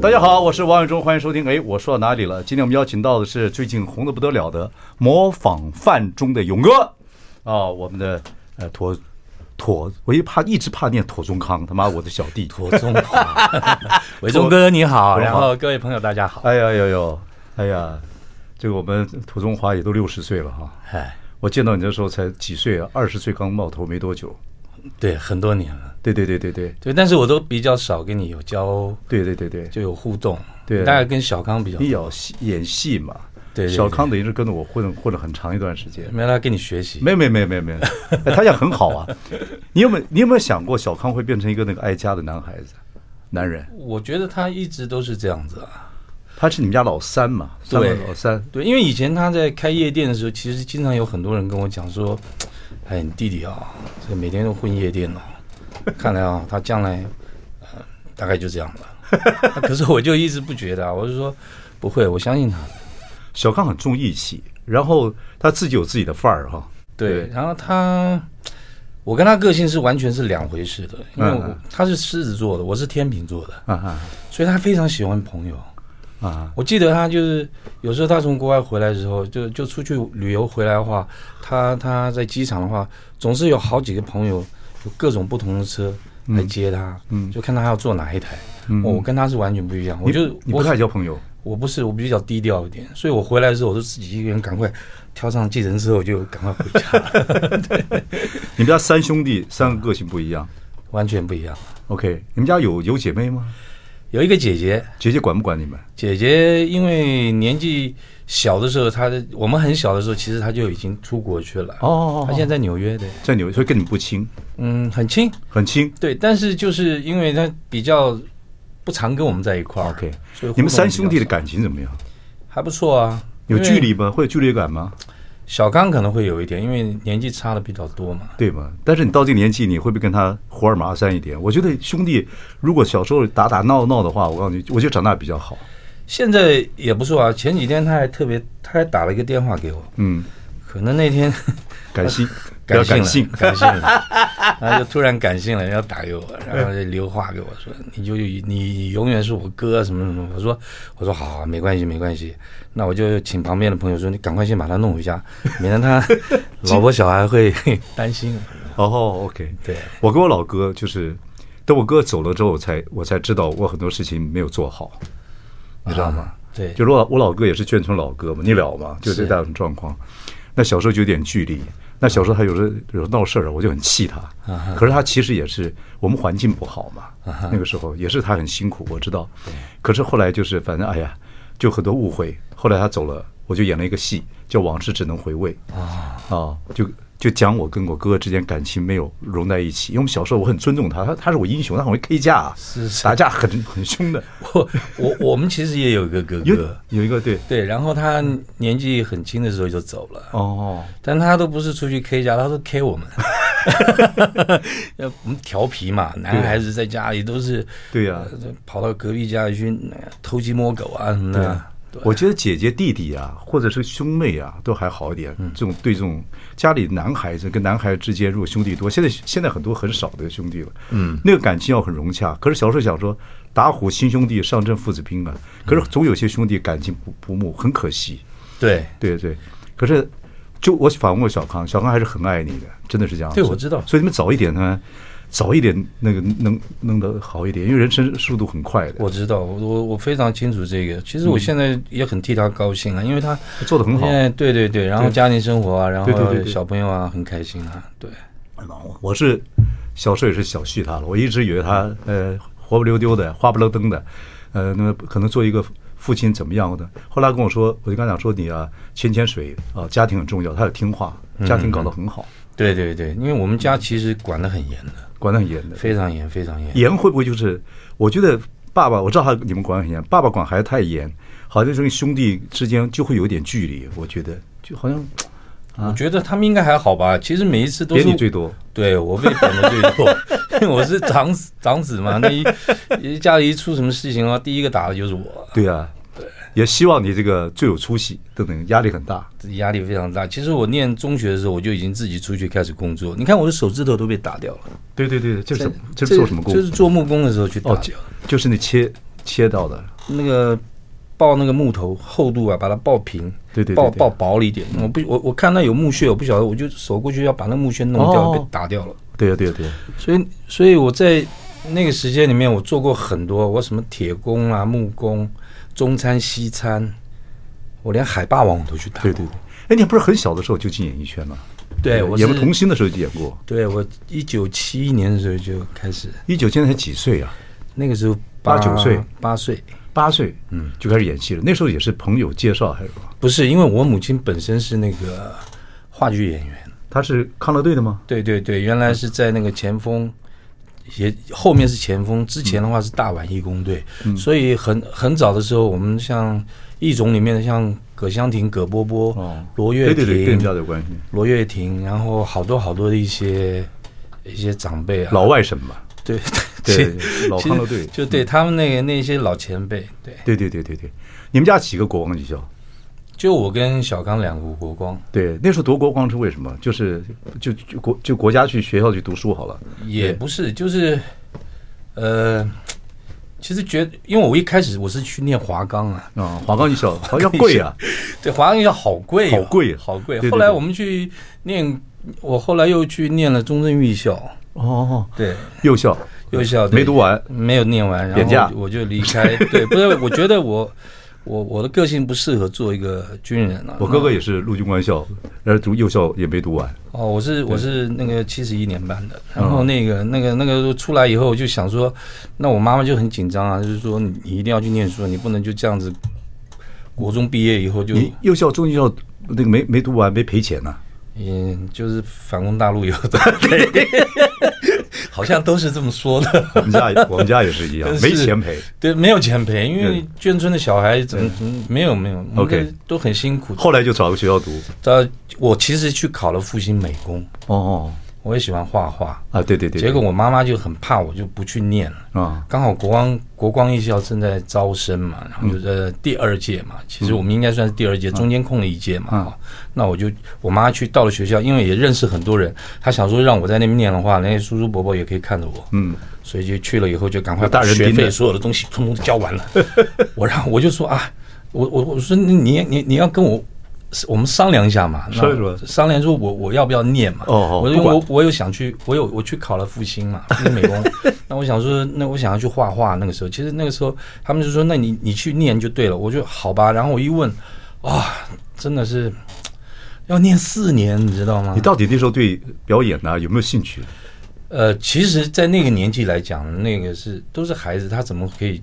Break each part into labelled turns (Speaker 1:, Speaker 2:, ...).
Speaker 1: 大家好，我是王伟忠，欢迎收听。哎，我说到哪里了？今天我们邀请到的是最近红的不得了的《模仿范》中的勇哥啊，我们的呃妥妥，我一怕一直怕念妥中康，他妈我的小弟。
Speaker 2: 我中华， 伟忠哥你好，
Speaker 1: 中华
Speaker 2: 然后各位朋友大家好。
Speaker 1: 哎呀呦呦，哎呀，这个我们涂中华也都六十岁了哈。
Speaker 2: 哎，
Speaker 1: 我见到你的时候才几岁啊？二十岁刚冒头没多久。
Speaker 2: 对，很多年了，
Speaker 1: 对对对对对
Speaker 2: 对，但是我都比较少跟你有交，
Speaker 1: 对对对对，
Speaker 2: 就有互动，
Speaker 1: 对
Speaker 2: 大概跟小康比较，
Speaker 1: 你有戏演戏嘛？
Speaker 2: 对对对
Speaker 1: 小康等于是跟着我混混了很长一段时间。
Speaker 2: 没有他跟你学习，
Speaker 1: 没有没有没有没有没有，哎他也很好啊。你有没有你有没有想过小康会变成一个那个爱家的男孩子、男人？
Speaker 2: 我觉得他一直都是这样子啊。
Speaker 1: 他是你们家老三嘛？三个
Speaker 2: 对
Speaker 1: 老三。
Speaker 2: 对，因为以前他在开夜店的时候，其实经常有很多人跟我讲说，哎，你弟弟啊，这每天都混夜店哦， 看来啊，他将来，呃，大概就这样了。 可是我就一直不觉得啊，我就说不会，我相信他。
Speaker 1: 小康很重义气，然后他自己有自己的范儿哈。
Speaker 2: 对，然后他，我跟他个性是完全是两回事的，因为
Speaker 1: 嗯
Speaker 2: 我
Speaker 1: 嗯
Speaker 2: 他是狮子座的，我是天秤座的，
Speaker 1: 啊啊
Speaker 2: 所以他非常喜欢朋友。
Speaker 1: 啊！
Speaker 2: 我记得他就是有时候他从国外回来的时候，就就出去旅游回来的话，他他在机场的话，总是有好几个朋友有各种不同的车来接他，
Speaker 1: 嗯
Speaker 2: 就看他要坐哪一台。哦
Speaker 1: 嗯
Speaker 2: 我跟他是完全不一样，我
Speaker 1: 你
Speaker 2: 就
Speaker 1: 你
Speaker 2: 我
Speaker 1: 不太交朋友。
Speaker 2: 我不是，我比较低调一点，所以我回来的时候，我就自己一个人赶快跳上计程车，我就赶快 回家了，
Speaker 1: 你们家三兄弟三个个性不一样
Speaker 2: 完全不一样。
Speaker 1: ，OK？你们家有有姐妹吗？
Speaker 2: 有一个姐姐，
Speaker 1: 姐姐管不管你们？
Speaker 2: 姐姐因为年纪小的时候，她我们很小的时候，其实她就已经出国去了。
Speaker 1: 哦
Speaker 2: 她现在在纽约的，
Speaker 1: 在纽约，所以跟你们不亲，
Speaker 2: 嗯，很亲。
Speaker 1: 很亲。
Speaker 2: 对，但是就是因为她比较不常跟我们在一块儿
Speaker 1: OK
Speaker 2: 所以
Speaker 1: 你们三兄弟的
Speaker 2: 互动比较
Speaker 1: 感情怎么样？
Speaker 2: 少还不错啊，
Speaker 1: 有
Speaker 2: 因为
Speaker 1: 距离吗？会有距离感吗？
Speaker 2: 小刚可能会有一点，因为年纪差的比较多嘛。
Speaker 1: 对吗？但是你到这个年纪，你会不会跟他胡二麻三一点？我觉得兄弟如果小时候打打闹闹的话，我告诉你，我觉得长大比较好。
Speaker 2: 现在也不错啊，前几天他还特别，他还打了一个电话给我，
Speaker 1: 嗯，
Speaker 2: 可能那天
Speaker 1: 感性，比
Speaker 2: 感
Speaker 1: 较
Speaker 2: 性了，。
Speaker 1: 感性
Speaker 2: 感性了， 他就突然感性了，要打给我，然后就留话给我说：“你就你永远是我哥，什么什么。”我说：“我说好好，没关系，没关系。那我就请旁边的朋友说，你赶快先把他弄回家，免 得他老婆小孩会担心。
Speaker 1: 哦，OK，
Speaker 2: 对，
Speaker 1: 我跟我老哥就是，等我哥走了之后，我才我才知道我很多事情没有做好，你知道吗？
Speaker 2: 对，
Speaker 1: 就是我老我老哥也是眷村老哥嘛，你了嘛，就是这种状况。那小时候就有点距离，那小时候他有时候有时候闹事儿，我就很气他。可是他其实也是我们环境不好嘛，那个时候也是他很辛苦，我知道。可是后来就是反正哎呀，就很多误会。后来他走了，我就演了一个戏叫《往事只能回味》啊，就就讲我跟我哥哥之间感情没有融在一起，因为我们小时候我很尊重他，他他是我英雄，他很会 K 架，啊
Speaker 2: 是是
Speaker 1: 打架很很凶的。
Speaker 2: 我我我们其实也有一个哥
Speaker 1: 有
Speaker 2: 哥，
Speaker 1: 有一个对
Speaker 2: 对，然后他年纪很轻的时候就走了。
Speaker 1: 哦。
Speaker 2: 但他都不是出去 K 家，他都 K 我们。 要我们调皮嘛，男孩子在家里都是
Speaker 1: 对呀
Speaker 2: 呃跑到隔壁家里去呃偷鸡摸狗啊什么的。对
Speaker 1: 我觉得姐姐、弟弟啊，或者是兄妹啊，都还好一点。
Speaker 2: 嗯
Speaker 1: 这种对这种家里男孩子跟男孩之间，如果兄弟多，现在现在很多很少的兄弟了，嗯，那个感情要很融洽。可是小时候想说，打虎亲兄弟，上阵父子兵
Speaker 2: 嗯
Speaker 1: 啊。可是总有些兄弟感情不不睦，很可惜。
Speaker 2: 对
Speaker 1: 对对，可是就我访问过小康，小康还是很爱你的，真的是这样。
Speaker 2: 对我知道
Speaker 1: 所以你们早一点呢，早一点那个能弄得好一点，因为人生速度很快的。
Speaker 2: 我知道，我我我非常清楚这个。其实我现在也很替他高兴啊，因为他
Speaker 1: 做得很好
Speaker 2: 现在对对对，然后家庭生活啊，然
Speaker 1: 对对对
Speaker 2: 后
Speaker 1: 对
Speaker 2: 小朋友啊，很开心啊。对，
Speaker 1: 我是小时候也是小觑他了，我一直以为他呃活不溜丢的，花不溜登的，呃，那么可能做一个父亲怎么样的。后来他跟我说，我就跟他讲说你啊，潜潜水啊，家庭很重要，他要听话，家庭搞得很
Speaker 2: 嗯
Speaker 1: 好，
Speaker 2: 对对对，因为我们家其实管得很严的，
Speaker 1: 管得很严的。
Speaker 2: 非常严，非常严。
Speaker 1: 严会不会就是？我觉得爸爸我知道他你们管很严，爸爸管孩子太严，好像这个兄弟之间就会有点距离，我觉得就好像。
Speaker 2: 我觉得他们应该还好吧。其实每一次都是
Speaker 1: 点你最多，
Speaker 2: 对我被点的最 多，因为我是长子长子嘛。那一一家里一出什么事情啊，第一个打的就是我。
Speaker 1: 对啊，对，也希望你这个最有出息，等等，压力很大。
Speaker 2: 压力非常大。其实我念中学的时候，我就已经自己出去开始工作。你看我的手指头都被打掉了。
Speaker 1: 对对对，这是这是做什么工？
Speaker 2: 就是做木工的时候去打掉、哦，
Speaker 1: 就是你切切到的
Speaker 2: 那个。抱那个木头厚度啊，把它抱平，
Speaker 1: 对对,对,对，
Speaker 2: 抱抱薄了一点。我不，我我看到有木屑，我不晓得，我就手过去要把那木屑弄掉，哦、被打掉了。
Speaker 1: 对呀、啊，对呀、啊，对、啊。
Speaker 2: 所以，所以我在那个时间里面，我做过很多，我什么铁工啊、木工、中餐、西餐，我连海霸王我都去打。
Speaker 1: 对对对。哎，你不是很小的时候就进演艺圈吗？
Speaker 2: 对，我
Speaker 1: 演过《童星》的时候就演过。
Speaker 2: 对，我一九七一年的时候就开始。
Speaker 1: 一九现在才几岁啊？
Speaker 2: 那个时候
Speaker 1: 八九岁，
Speaker 2: 八岁。
Speaker 1: 八岁，嗯，就开始演戏了。那时候也是朋友介绍还是什么？
Speaker 2: 不是，因为我母亲本身是那个话剧演员，
Speaker 1: 她是康乐队的吗？
Speaker 2: 对对对，原来是在那个前锋，也后面是前锋，之前的话是大碗义工队，嗯、所以很很早的时候，我们像义总里面的像葛香婷、葛波波、哦、罗
Speaker 1: 婷，
Speaker 2: 月
Speaker 1: 对对对，跟家有关系。
Speaker 2: 罗月婷，然后好多好多的一些一些长辈啊，
Speaker 1: 老外省吧。
Speaker 2: 对
Speaker 1: 对，老康乐队嗯
Speaker 2: 就对他们那个那些老前辈，对
Speaker 1: 对对对对对，你们家几个国光女校？
Speaker 2: 就我跟小刚两个国光。
Speaker 1: 对，那时候夺国光是为什么？就是就就国就国家去学校去读书好了。
Speaker 2: 也不是，就是呃，其实觉，因为我一开始我是去念华冈啊，
Speaker 1: 啊，华冈女校好像贵啊，
Speaker 2: 对，华冈女校好贵，哦
Speaker 1: 好贵，啊
Speaker 2: 好贵。后来我们去念，我后来又去念了中正预校。
Speaker 1: 哦，
Speaker 2: 对，
Speaker 1: 幼校，
Speaker 2: 幼校
Speaker 1: 没读完，
Speaker 2: 没有念完，然后我就离开。对，不是，我觉得我，我我的个性不适合做一个军人 啊。
Speaker 1: 我哥哥也是陆军官校，然后读幼校也没读完。
Speaker 2: 哦，我是我是那个七十一年班的，然
Speaker 1: 嗯
Speaker 2: 后那个那个那个出来以后，我就想说，那我妈妈就很紧张啊，就是说你一定要去念书，你不能就这样子。国中毕业以后就
Speaker 1: 幼校、中校那个没没读完，没赔钱呐、啊。
Speaker 2: 嗯，就是反攻大陆有的， 对，好像都是这么说的。
Speaker 1: 我们家我们家也是一样，没钱赔，
Speaker 2: 对，没有钱赔，因为眷村的小孩怎么怎么没有没有
Speaker 1: ，OK，
Speaker 2: 都很辛苦。
Speaker 1: 后来就找个学校读。
Speaker 2: 到我其实去考了复兴美工，
Speaker 1: 哦哦，
Speaker 2: 我也喜欢画画
Speaker 1: 啊，对对对。
Speaker 2: 结果我妈妈就很怕我，就不去念了啊。刚好国光国光艺校正在招生嘛，然后就是第二届嘛，其实我们应该算是第二届，中间空了一届嘛。那我就我妈去到了学校，因为也认识很多人，她想说让我在那边念的话，那些叔叔伯伯也可以看着我，
Speaker 1: 嗯，
Speaker 2: 所以就去了以后就赶快把学费所有的东西通通交 完了。我让我就说啊，我我我说你你你要跟我我们商量一下嘛，
Speaker 1: 商量
Speaker 2: 商量说我我要不要念嘛？
Speaker 1: 哦哦，
Speaker 2: 我因为我我有想去，我有我去考了复兴嘛，复兴美 工，那我想说那我想要去画画，那个时候其实那个时候他们就说那你你去念就对了，我就好吧，然后我一问啊，真的是。要念四年，你知道吗？
Speaker 1: 你到底那时候对表演呢、啊、有没有兴趣？
Speaker 2: 呃，其实，在那个年纪来讲，那个是都是孩子，他怎么可以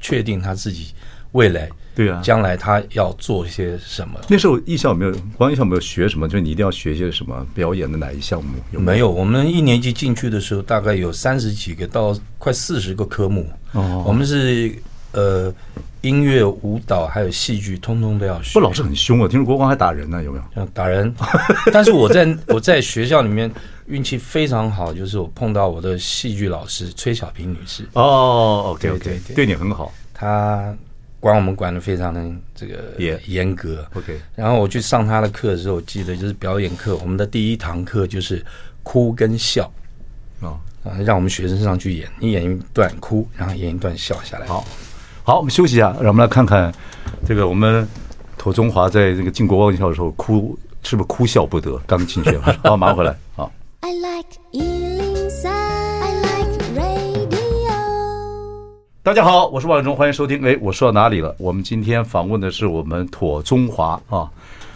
Speaker 2: 确定他自己未来？
Speaker 1: 对啊，
Speaker 2: 将来他要做些什么？
Speaker 1: 那时候艺校有没有？光艺校有没有学什么？就是你一定要学些什么表演的哪一项目？有
Speaker 2: 没有？我们一年级进去的时候，大概有三十几个到快四十个科目。
Speaker 1: 哦，
Speaker 2: 我们是呃。音乐、舞蹈还有戏剧，通通都要学。
Speaker 1: 不，老师很凶啊！听说国光还打人呢、啊，有没有？
Speaker 2: 打人， 但是我在我在学校里面运气非常好，就是我碰到我的戏剧老师崔小平女士。
Speaker 1: 哦，OK OK，对你很好。
Speaker 2: 她管我们管的非常的这个严格。
Speaker 1: OK，
Speaker 2: 然后我去上她的课的时候，我记得就是表演课，我们的第一堂课就是哭跟笑。
Speaker 1: 哦
Speaker 2: 啊，让我们学生上去演，你演一段哭，然后演一段笑下来。
Speaker 1: 好。好，我们休息一下，让我们来看看这个我们妥中华在这个进国光艺校的时候哭，是不是哭笑不得？刚进学，好，马上回来，好。
Speaker 3: I like 103, I like radio.
Speaker 1: 大家好，我是王永忠，欢迎收听。哎，我说到哪里了？我们今天访问的是我们妥中华啊，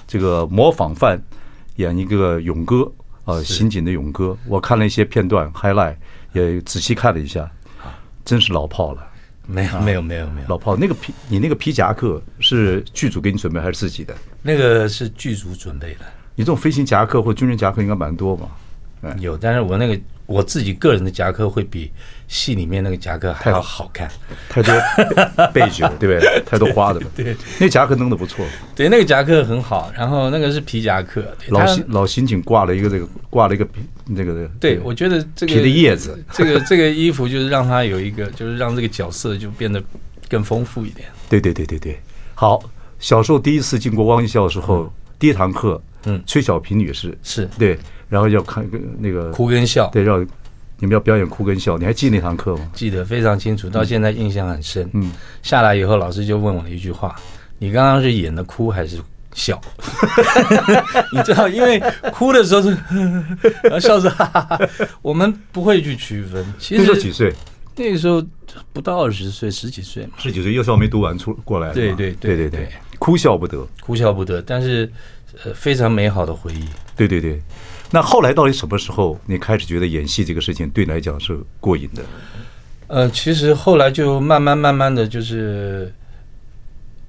Speaker 1: 这个模仿犯演一个勇哥啊，刑警的勇哥。我看了一些片段 highlight，也仔细看了一下，真是老炮了。
Speaker 2: 没有没有没有没有，
Speaker 1: 老炮，那个皮你那个皮夹克是剧组给你准备还是自己的？
Speaker 2: 那个是剧组准备的。
Speaker 1: 你这种飞行夹克或军人夹克应该蛮多吧？
Speaker 2: 有，但是我那个我自己个人的夹克会比戏里面那个夹克还要好看。
Speaker 1: 太 多备酒，对不对？太多花的了。对，那夹克弄得不错，
Speaker 2: 对，那个夹克很好，然后那个是皮夹克，对
Speaker 1: 老
Speaker 2: 它
Speaker 1: 刑老刑警挂了一个这个挂了一个皮那个
Speaker 2: 对，我觉得这个
Speaker 1: 皮的叶子，
Speaker 2: 这个这个衣服就是让它有一个，就是让这个角色就变得更丰富一点。
Speaker 1: 对对对对对，好。小时候第一次进国光艺校的时候，第一堂课，
Speaker 2: 嗯
Speaker 1: 崔小平女士
Speaker 2: 是
Speaker 1: 对，然后要看个那个
Speaker 2: 哭跟笑，
Speaker 1: 对，让你们要表演哭跟笑，你还记得那堂课吗？
Speaker 2: 记得非常清楚，到现在印象很深。
Speaker 1: 嗯，
Speaker 2: 下来以后，老师就问我了一句话：“你刚刚是演的哭还是笑？” 你知道，因为哭的时候是， 然后笑是哈哈哈，我们不会去区分。其
Speaker 1: 嗯那时候几
Speaker 2: 实
Speaker 1: 岁？
Speaker 2: 那个时候不到二十岁，十几岁嘛，
Speaker 1: 十几岁，幼校没读完出过来的嘛。
Speaker 2: 对对
Speaker 1: 对
Speaker 2: 对
Speaker 1: 对
Speaker 2: 对，
Speaker 1: 哭笑不得。
Speaker 2: 哭笑不得，但是呃，非常美好的回忆。
Speaker 1: 对对对，那后来到底什么时候你开始觉得演戏这个事情对你来讲是过瘾的？
Speaker 2: 呃，其实后来就慢慢慢慢的就是，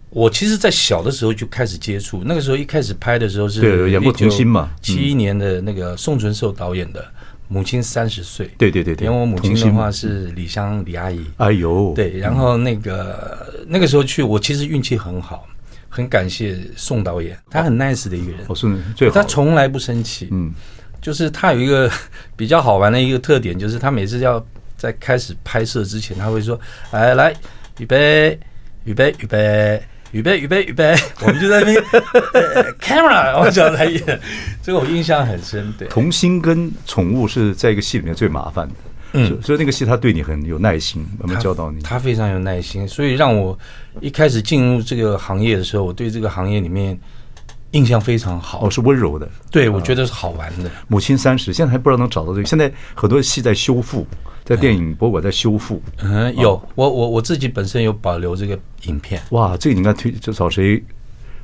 Speaker 2: 我其实，在小的时候就开始接触，那个时候一开始拍的时候是
Speaker 1: 对演过童星嘛嗯
Speaker 2: 七一年的那个宋存寿导演的《母亲三十岁》，
Speaker 1: 对对对对
Speaker 2: 因为我母亲
Speaker 1: 童
Speaker 2: 的
Speaker 1: 星
Speaker 2: 话是李湘李阿姨，
Speaker 1: 哎呦，
Speaker 2: 对，然后那个那个时候去，我其实运气很好，很感谢宋导演，他
Speaker 1: 哦
Speaker 2: 很 nice 的一个人，
Speaker 1: 我顺最好
Speaker 2: 他从来不生气，
Speaker 1: 嗯，
Speaker 2: 就是他有一个 比较好玩的一个特点，就是他每次要在开始拍摄之前，他会说：“哎，来，预备，预备，预备。”预备，预备，预备！我们就在那边、呃、，camera，我 讲来演，这个我印象很深。对，
Speaker 1: 童星跟宠物是在一个戏里面最麻烦的。
Speaker 2: 嗯
Speaker 1: 所以所以那个戏他对你很有耐心，慢慢
Speaker 2: 他
Speaker 1: 教导你。
Speaker 2: 他非常有耐心，所以让我一开始进入这个行业的时候，我对这个行业里面印象非常好
Speaker 1: 哦，。是温柔的。
Speaker 2: 对，我觉得是好玩的。
Speaker 1: 母亲三十，现在还不知道能找到这个。现在很多戏在修复，在电影博物馆在修复。
Speaker 2: 嗯，有
Speaker 1: 哦
Speaker 2: 我我我自己本身有保留这个影片，
Speaker 1: 哇，这个你应该推，就找谁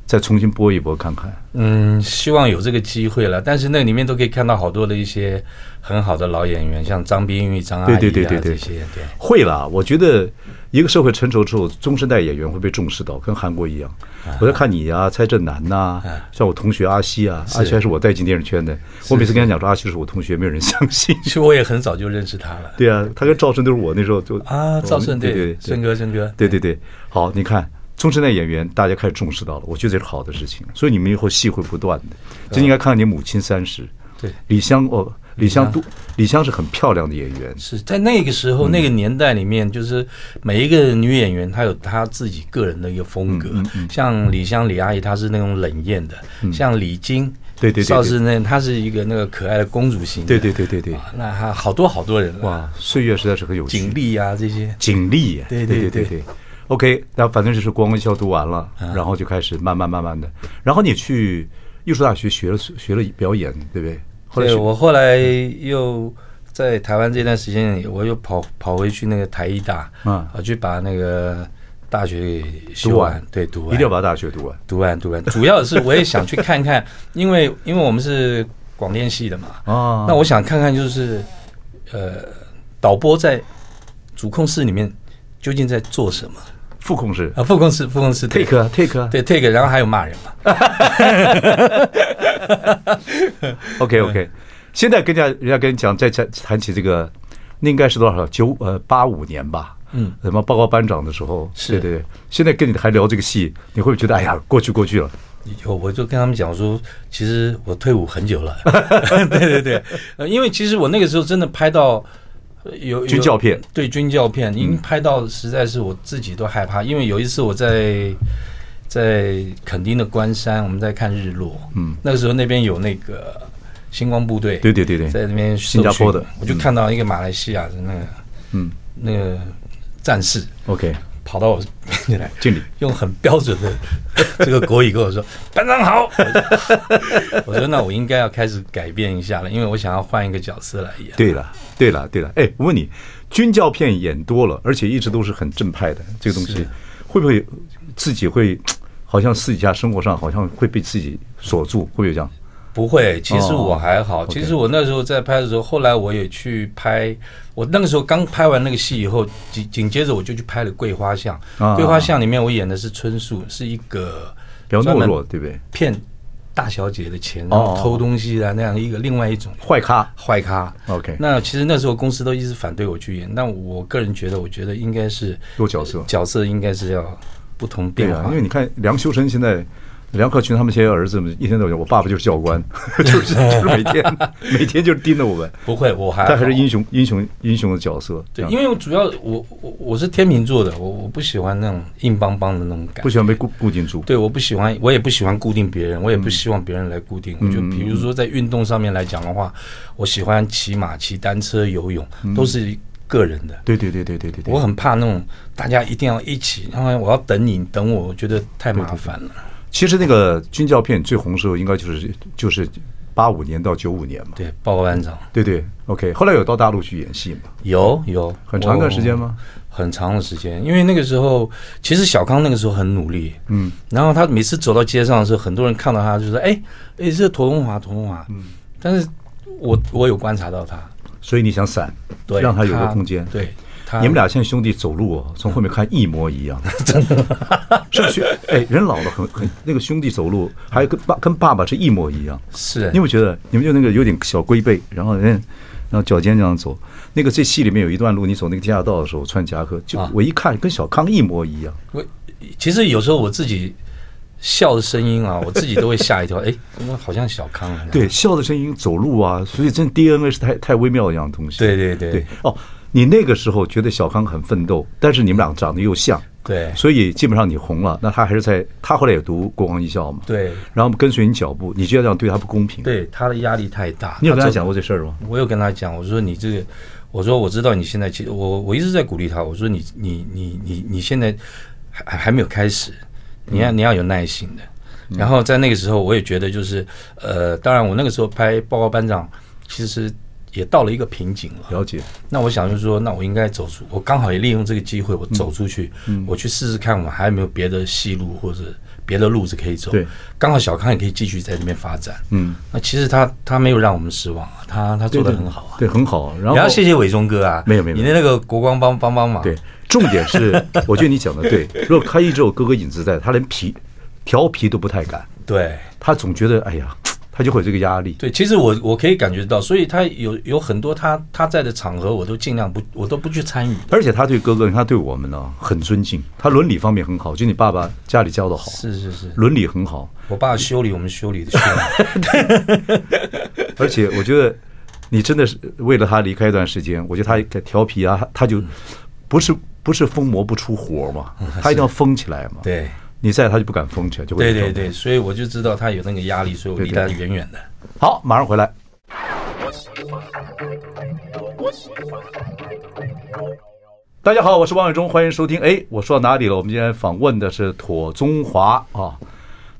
Speaker 1: 再重新播一播看看。
Speaker 2: 嗯，希望有这个机会了。但是那里面都可以看到好多的一些很好的老演员，像张彬玉、张阿姨啊
Speaker 1: 对对对对对
Speaker 2: 这些，对，
Speaker 1: 会啦，我觉得一个社会成熟之后，中生代演员会被重视到，跟韩国一样。我在看你啊，蔡振南呐、像我同学阿西啊，阿西还是我带进电视圈的。我每次跟他讲说阿西是我同学，没有人相信。
Speaker 2: 其实我也很早就认识他了。
Speaker 1: 对啊，他跟赵胜都是我那时候就
Speaker 2: 啊，赵胜
Speaker 1: 对
Speaker 2: 对，
Speaker 1: 对
Speaker 2: 胜哥，胜哥，
Speaker 1: 对对对，好，你看中生代演员大家开始重视到了，我觉得这是好的事情，所以你们以后戏会不断的，就应该看看你母亲三十，
Speaker 2: 啊对
Speaker 1: 李湘哦，李湘都李湘是很漂亮的演员，
Speaker 2: 是在那个时候、那个年代里面，就是每一个女演员，她有她自己个人的一个风格。像李湘、李阿姨，她是那种冷艳的；像李菁，
Speaker 1: 对对对对
Speaker 2: 邵氏那她是一个那个可爱的公主型的。
Speaker 1: 对对对对对，
Speaker 2: 啊，那还好多好多人哇，
Speaker 1: 哇，岁月实在是很有趣，
Speaker 2: 景丽啊这些。
Speaker 1: 警力耶，
Speaker 2: 啊对
Speaker 1: 对
Speaker 2: 对
Speaker 1: 对
Speaker 2: 对啊
Speaker 1: 对。OK，那反正就是光文校读完了，然后就开始慢慢慢慢的，然后你去艺术大学学了学了表演，对不对？后来
Speaker 2: 对
Speaker 1: 是嗯
Speaker 2: 我后来又在台湾这段时间里，我又跑跑回去那个台艺大，
Speaker 1: 嗯
Speaker 2: 啊，去把那个大学给
Speaker 1: 读
Speaker 2: 修
Speaker 1: 完
Speaker 2: 完，对，读完，
Speaker 1: 一定要把大学读完，
Speaker 2: 读完读完，主要是我也想去看看， 因为因为我们是广电系的嘛，
Speaker 1: 啊
Speaker 2: 那我想看看就是，呃，导播在主控室里面究竟在做什么
Speaker 1: 副控是
Speaker 2: 啊？副控室副控室
Speaker 1: take 啊 take 啊
Speaker 2: 对 take，然后还有骂人嘛，
Speaker 1: OK OK，现在跟人家人家跟你讲，再谈谈起这个，那应该是多少九呃八五年吧？
Speaker 2: 嗯，
Speaker 1: 什么报告班长的时候，
Speaker 2: 是
Speaker 1: 对对对。现在跟你还聊这个戏，你会不会觉得哎呀过去过去了？
Speaker 2: 有，我就跟他们讲说，其实我退伍很久 了。对对对，呃，因为其实我那个时候真的拍到呃有有
Speaker 1: 军教片，
Speaker 2: 对军教片，已经拍到实在是我自己都害怕。因为有一次我在在垦丁的关山，我们在看日落，嗯，那个时候那边有那个星光部队，
Speaker 1: 对对对对
Speaker 2: 在那边
Speaker 1: 新加坡的
Speaker 2: 受训我就看到一个马来西亚的那个，嗯，那个战士
Speaker 1: OK，
Speaker 2: 跑到我面前来，
Speaker 1: 敬礼。
Speaker 2: 用很标准 的这个国语跟我说：“班长好。我说”我说：“那我应该要开始改变一下了，因为我想要换一个角色来演。”
Speaker 1: 对了，对了，对了。哎，我问你，军教片演多了，而且一直都是很正派的这个东西，会不会自己会好像私底下生活上好像会被自己锁住？会不会有这样？
Speaker 2: 不会，其实我还好。
Speaker 1: 哦 OK
Speaker 2: 其实我那时候在拍的时候，后来我也去拍，我那个时候刚拍完那个戏以后，紧紧接着我就去拍了《桂花巷》
Speaker 1: 啊
Speaker 2: 桂花巷》里面我演的是春树，是一个
Speaker 1: 比较懦
Speaker 2: 专门
Speaker 1: 弱，对不对？
Speaker 2: 骗大小姐的钱，然后
Speaker 1: 哦
Speaker 2: 偷东西啊那样一个另外一种
Speaker 1: 坏咖
Speaker 2: 坏咖。
Speaker 1: OK
Speaker 2: 那其实那时候公司都一直反对我去演，但我个人觉得，我觉得应该是
Speaker 1: 多角色
Speaker 2: 角色应该是要不同
Speaker 1: 对
Speaker 2: 变
Speaker 1: 啊，
Speaker 2: 化
Speaker 1: 因。为你看梁修身现在。梁克群他们这些儿子们一天到晚，我爸爸就是教官， 就是就是每天每天就是盯着我们，
Speaker 2: 不会，我还
Speaker 1: 他还
Speaker 2: 哎好
Speaker 1: 是英雄英雄英雄的角色，这
Speaker 2: 对，
Speaker 1: 样
Speaker 2: 因为我主要我我我是天秤座的，我我不喜欢那种硬邦邦的那种感
Speaker 1: 不
Speaker 2: 觉。
Speaker 1: 喜欢被固固定住。
Speaker 2: 对，我不喜欢，我也不喜欢固定别人，我也
Speaker 1: 嗯
Speaker 2: 不希望别人来固定。我就比如说在运动上面来讲的话，我喜欢骑马、骑单车、游泳，都是个人的。
Speaker 1: 对对对对对嗯对对，
Speaker 2: 我很怕那种大家一定要一起，然后我要等你，你等我，我觉得太麻烦了。
Speaker 1: 其实那个军教片最红时候应该就是就是八五年到九五年嘛，
Speaker 2: 对，报告班长，
Speaker 1: 对对，OK。后来有到大陆去演戏嘛？
Speaker 2: 有有
Speaker 1: 很长一段时间吗？
Speaker 2: 我很长的时间，因为那个时候，其实小康那个时候很努力，嗯，然后他每次走到街上的时候，很多人看到他就说：“哎哎，这屠龙华，屠龙华。”嗯，但是我我有观察到他，
Speaker 1: 所以你想闪，
Speaker 2: 对，
Speaker 1: 让他有个空间。
Speaker 2: 对，他
Speaker 1: 你们俩现在兄弟走路哦，从后面看一模一样，真的， 是不是？哎，人老了很很，那个兄弟走路还有跟爸跟爸爸是一模一样。
Speaker 2: 是
Speaker 1: 你有没有觉得你们就那个有点小龟背，然后人嗯然后脚尖这样走？那个这戏里面有一段路，你走那个地下道的时候穿夹克，就
Speaker 2: 啊
Speaker 1: 我一看跟小康一模一样。
Speaker 2: 我其实有时候我自己笑的声 音啊，我自己都会吓一跳，哎，怎么好像小康啊？
Speaker 1: 对，笑的声音、走路啊，所以真 DNA 是太太微妙的一样东西。
Speaker 2: 对对对
Speaker 1: 对哦，你那个时候觉得小康很奋斗，但是你们俩长得又像，
Speaker 2: 对
Speaker 1: 所以基本上你红了，那他还是在他后来也读国光艺校嘛，，
Speaker 2: 对
Speaker 1: 然后跟随你脚步，你觉得这样对他不公平？，
Speaker 2: 对，他的压力太大。
Speaker 1: 你有跟他
Speaker 2: 走
Speaker 1: 讲过这事儿吗？
Speaker 2: 我有跟他讲，我说你这个，我说我知道你现在其实我我一直在鼓励他，我说你你你你你现在还还没有开始，你要你要有耐心的。然后在那个时候，我也觉得就是呃，当然我那个时候拍《报告班长》，其实也到了一个瓶颈了。
Speaker 1: 了解，
Speaker 2: 那我想就是说，那我应该走出，我刚好也利用这个机会，我走出去，
Speaker 1: 嗯
Speaker 2: 我去试试看，我还有没有别的戏路或者别的路子可以走。
Speaker 1: 对，
Speaker 2: 刚好小康也可以继续在那边发展。
Speaker 1: 嗯，
Speaker 2: 那其实他他没有让我们失望啊，他他做的
Speaker 1: 对
Speaker 2: 很好啊。
Speaker 1: 对，很好。然
Speaker 2: 你
Speaker 1: 后
Speaker 2: 要谢谢伟忠哥啊，
Speaker 1: 没有没有
Speaker 2: 你的那个国光帮帮帮忙，
Speaker 1: 对，重点 是，我觉得你讲的对，如果他一直有哥哥影子在，他连皮调皮都不太敢，
Speaker 2: 对
Speaker 1: 他总觉得哎呀，他就会有这个压力。
Speaker 2: 对，其实我我可以感觉到，所以他有有很多他他在的场合，我都尽量不我都不去参与的。
Speaker 1: 而且他对哥哥，他对我们呢很尊敬，他伦理方面很好，就你爸爸家里教的好，
Speaker 2: 是是是，
Speaker 1: 伦理很好，
Speaker 2: 我爸修理我们修理的修 理，
Speaker 1: 而且我觉得你真的是为了他离开一段时间，我觉得他也调皮啊，他
Speaker 2: 嗯
Speaker 1: 就不是不是疯魔不出活 嘛，他一定要疯起来嘛。
Speaker 2: 对
Speaker 1: 你在他就不敢疯起来，就会
Speaker 2: 对
Speaker 1: 有这
Speaker 2: 对
Speaker 1: 种
Speaker 2: 对，所以我就知道他有那个压力，所以我离
Speaker 1: 对对
Speaker 2: 他远远的。
Speaker 1: 好，马上回来。大家好，我是王伟忠，欢迎收听。哎，我说到哪里了？我们今天访问的是妥中华啊，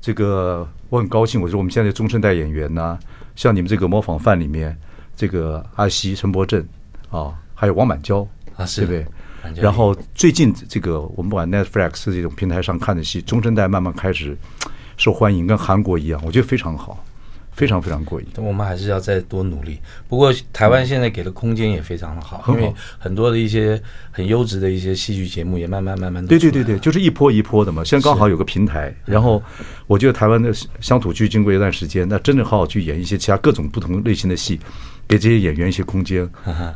Speaker 1: 这个我很高兴，我说我们现在的中生代演员呢、像你们这个模仿犯里面，这个阿西、陈柏正啊，还有王满娇
Speaker 2: 啊
Speaker 1: 对
Speaker 2: 是
Speaker 1: 不对？
Speaker 2: 满娇
Speaker 1: 然后最近这个我们往 Netflix 这种平台上看的戏，中生代慢慢开始受欢迎，跟韩国一样，我觉得非常好，非常非常过瘾。
Speaker 2: 但我们还是要再多努力。不过台湾现在给的空间也非常的好，因为很多的一些很优质的一些戏剧节目也慢慢慢慢地
Speaker 1: 对对
Speaker 2: 出
Speaker 1: 对
Speaker 2: 来
Speaker 1: 对，
Speaker 2: 了，
Speaker 1: 就是一波一波的嘛。现在刚好有个平台，然后我觉得台湾的乡土剧经过一段时间，那真的好好去演一些其他各种不同类型的戏，给这些演员一些空间，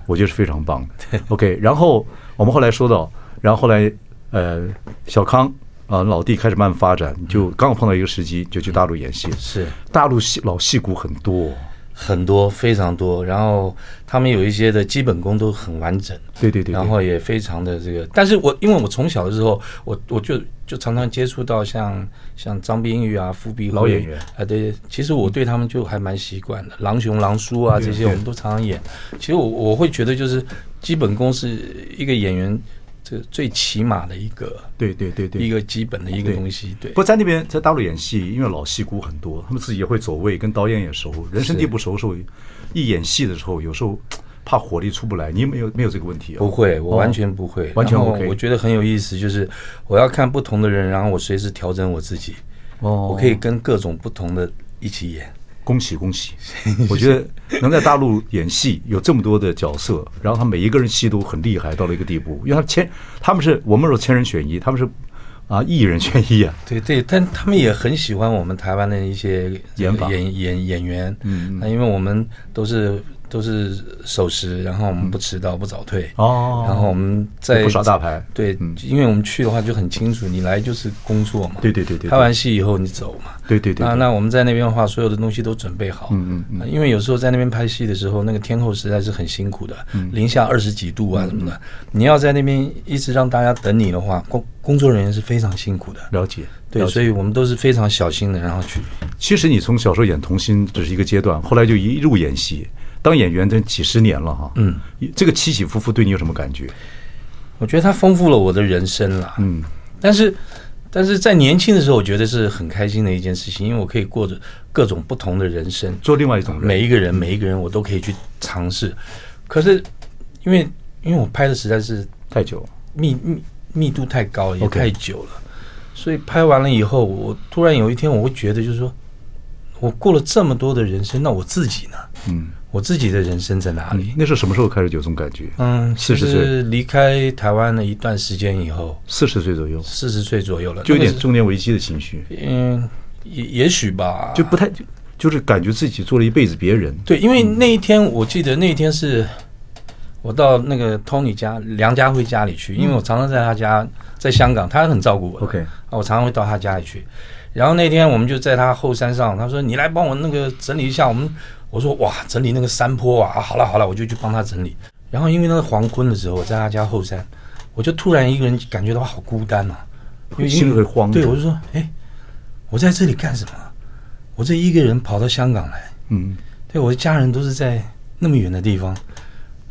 Speaker 1: 我觉得是非常棒的。OK，然后我们后来说到，然后后来呃，小康啊、老弟开始慢慢发展，就刚好碰到一个时机，就去大陆演戏。
Speaker 2: 是
Speaker 1: 大陆戏老戏骨很多，
Speaker 2: 很多非常多。然后他们有一些的基本功都很完整，
Speaker 1: 对对对对
Speaker 2: 然后也非常的这个。但是我因为我从小的时候，我我就就常常接触到像像张冰玉啊、傅碧辉
Speaker 1: 老演员
Speaker 2: 啊，对，其实我对他们就还蛮习惯的，狼雄、狼叔啊这些我们都常常演。其实我我会觉得就是基本功是一个演员这最起码的一个
Speaker 1: 对对对对
Speaker 2: 一个基本的一个
Speaker 1: 对
Speaker 2: 东西，对
Speaker 1: 不。过在那边，在大陆演戏，因为老戏骨很多，他们自己也会走位，跟导演也熟，人生地不熟的时候，一演戏的时候，有时候怕火力出不来。你没有没有这个问题啊？
Speaker 2: 不会，我
Speaker 1: 哦
Speaker 2: 完全不会，
Speaker 1: 完全
Speaker 2: 然后
Speaker 1: OK
Speaker 2: 我觉得很有意思，就是我要看不同的人，然后我随时调整我自己。
Speaker 1: 哦
Speaker 2: 我可以跟各种不同的一起演。
Speaker 1: 恭喜恭喜！我觉得能在大陆演戏，有这么多的角色，然后他每一个人戏都很厉害，到了一个地步，因为他千他们是我们说千人选一，他们是啊，艺人圈一啊，
Speaker 2: 对对，但他们也很喜欢我们台湾的一些
Speaker 1: 演法
Speaker 2: 演演演员，
Speaker 1: 嗯嗯
Speaker 2: 那因为我们都是都是守时，然后我们不迟到不早退，
Speaker 1: 哦
Speaker 2: 然后我们在
Speaker 1: 不耍大牌
Speaker 2: 对
Speaker 1: 嗯，
Speaker 2: 因为我们去的话就很清楚，你来就是工作嘛，
Speaker 1: 对对对对
Speaker 2: 拍完戏以后你走嘛，
Speaker 1: 对对对
Speaker 2: 那
Speaker 1: 对
Speaker 2: 那我们在那边的话，所有的东西都准备好，啊
Speaker 1: 嗯嗯
Speaker 2: 因为有时候在那边拍戏的时候，那个天候实在是很辛苦的，
Speaker 1: 嗯
Speaker 2: 零下二十几度啊什么的，你要在那边一直让大家等你的话，工工作人员是非常辛苦的，
Speaker 1: 了解。
Speaker 2: 对，所以我们都是非常小心的，然后去
Speaker 1: 其实你从小时候演童星只是一个阶段，后来就一路演戏，当演员这几十年了哈。嗯，这个起起伏伏对你有什么感觉？
Speaker 2: 我觉得它丰富了我的人生啦。嗯，但是但是在年轻的时候，我觉得是很开心的一件事情，因为我可以过着各种不同的人生，
Speaker 1: 做另外一种人，
Speaker 2: 每一个人每一个人我都可以去尝试。可是因为因为我拍的实在是
Speaker 1: 太久了，
Speaker 2: 密密密度太高了，也
Speaker 1: OK
Speaker 2: 太久了所以拍完了以后，我突然有一天我会觉得，就是说我过了这么多的人生，那我自己呢？
Speaker 1: 嗯，
Speaker 2: 我自己的人生在哪里？
Speaker 1: 那是什么时候开始有这种感觉？
Speaker 2: 嗯，其
Speaker 1: 40岁
Speaker 2: 实离开台湾了一段时间以后，
Speaker 1: 四十岁左右，
Speaker 2: 四十岁左右了，
Speaker 1: 就有
Speaker 2: 那个
Speaker 1: 点中年危机的情绪，
Speaker 2: 是嗯，也也许吧，
Speaker 1: 就不太就就是感觉自己做了一辈子别人。
Speaker 2: 对，因为那一天我记得那一天是我到那个 Tony 家梁家辉家里去，因为我常常在他家，在香港，他很照顾我
Speaker 1: 嗯
Speaker 2: 的。
Speaker 1: OK
Speaker 2: 啊我常常会到他家里去。然后那天我们就在他后山上，他说：“你来帮我那个整理一下。”我们我说：“哇，整理那个山坡啊！”啊好了好了，我就去帮他整理。然后因为那个黄昏的时候，我在他家后山，我就突然一个人感觉到好孤单啊，因为
Speaker 1: 心里会慌
Speaker 2: 对，
Speaker 1: 着
Speaker 2: 我就说：“哎，我在这里干什么？啊我这一个人跑到香港来，
Speaker 1: 嗯，
Speaker 2: 对，我的家人都是在那么远的地方。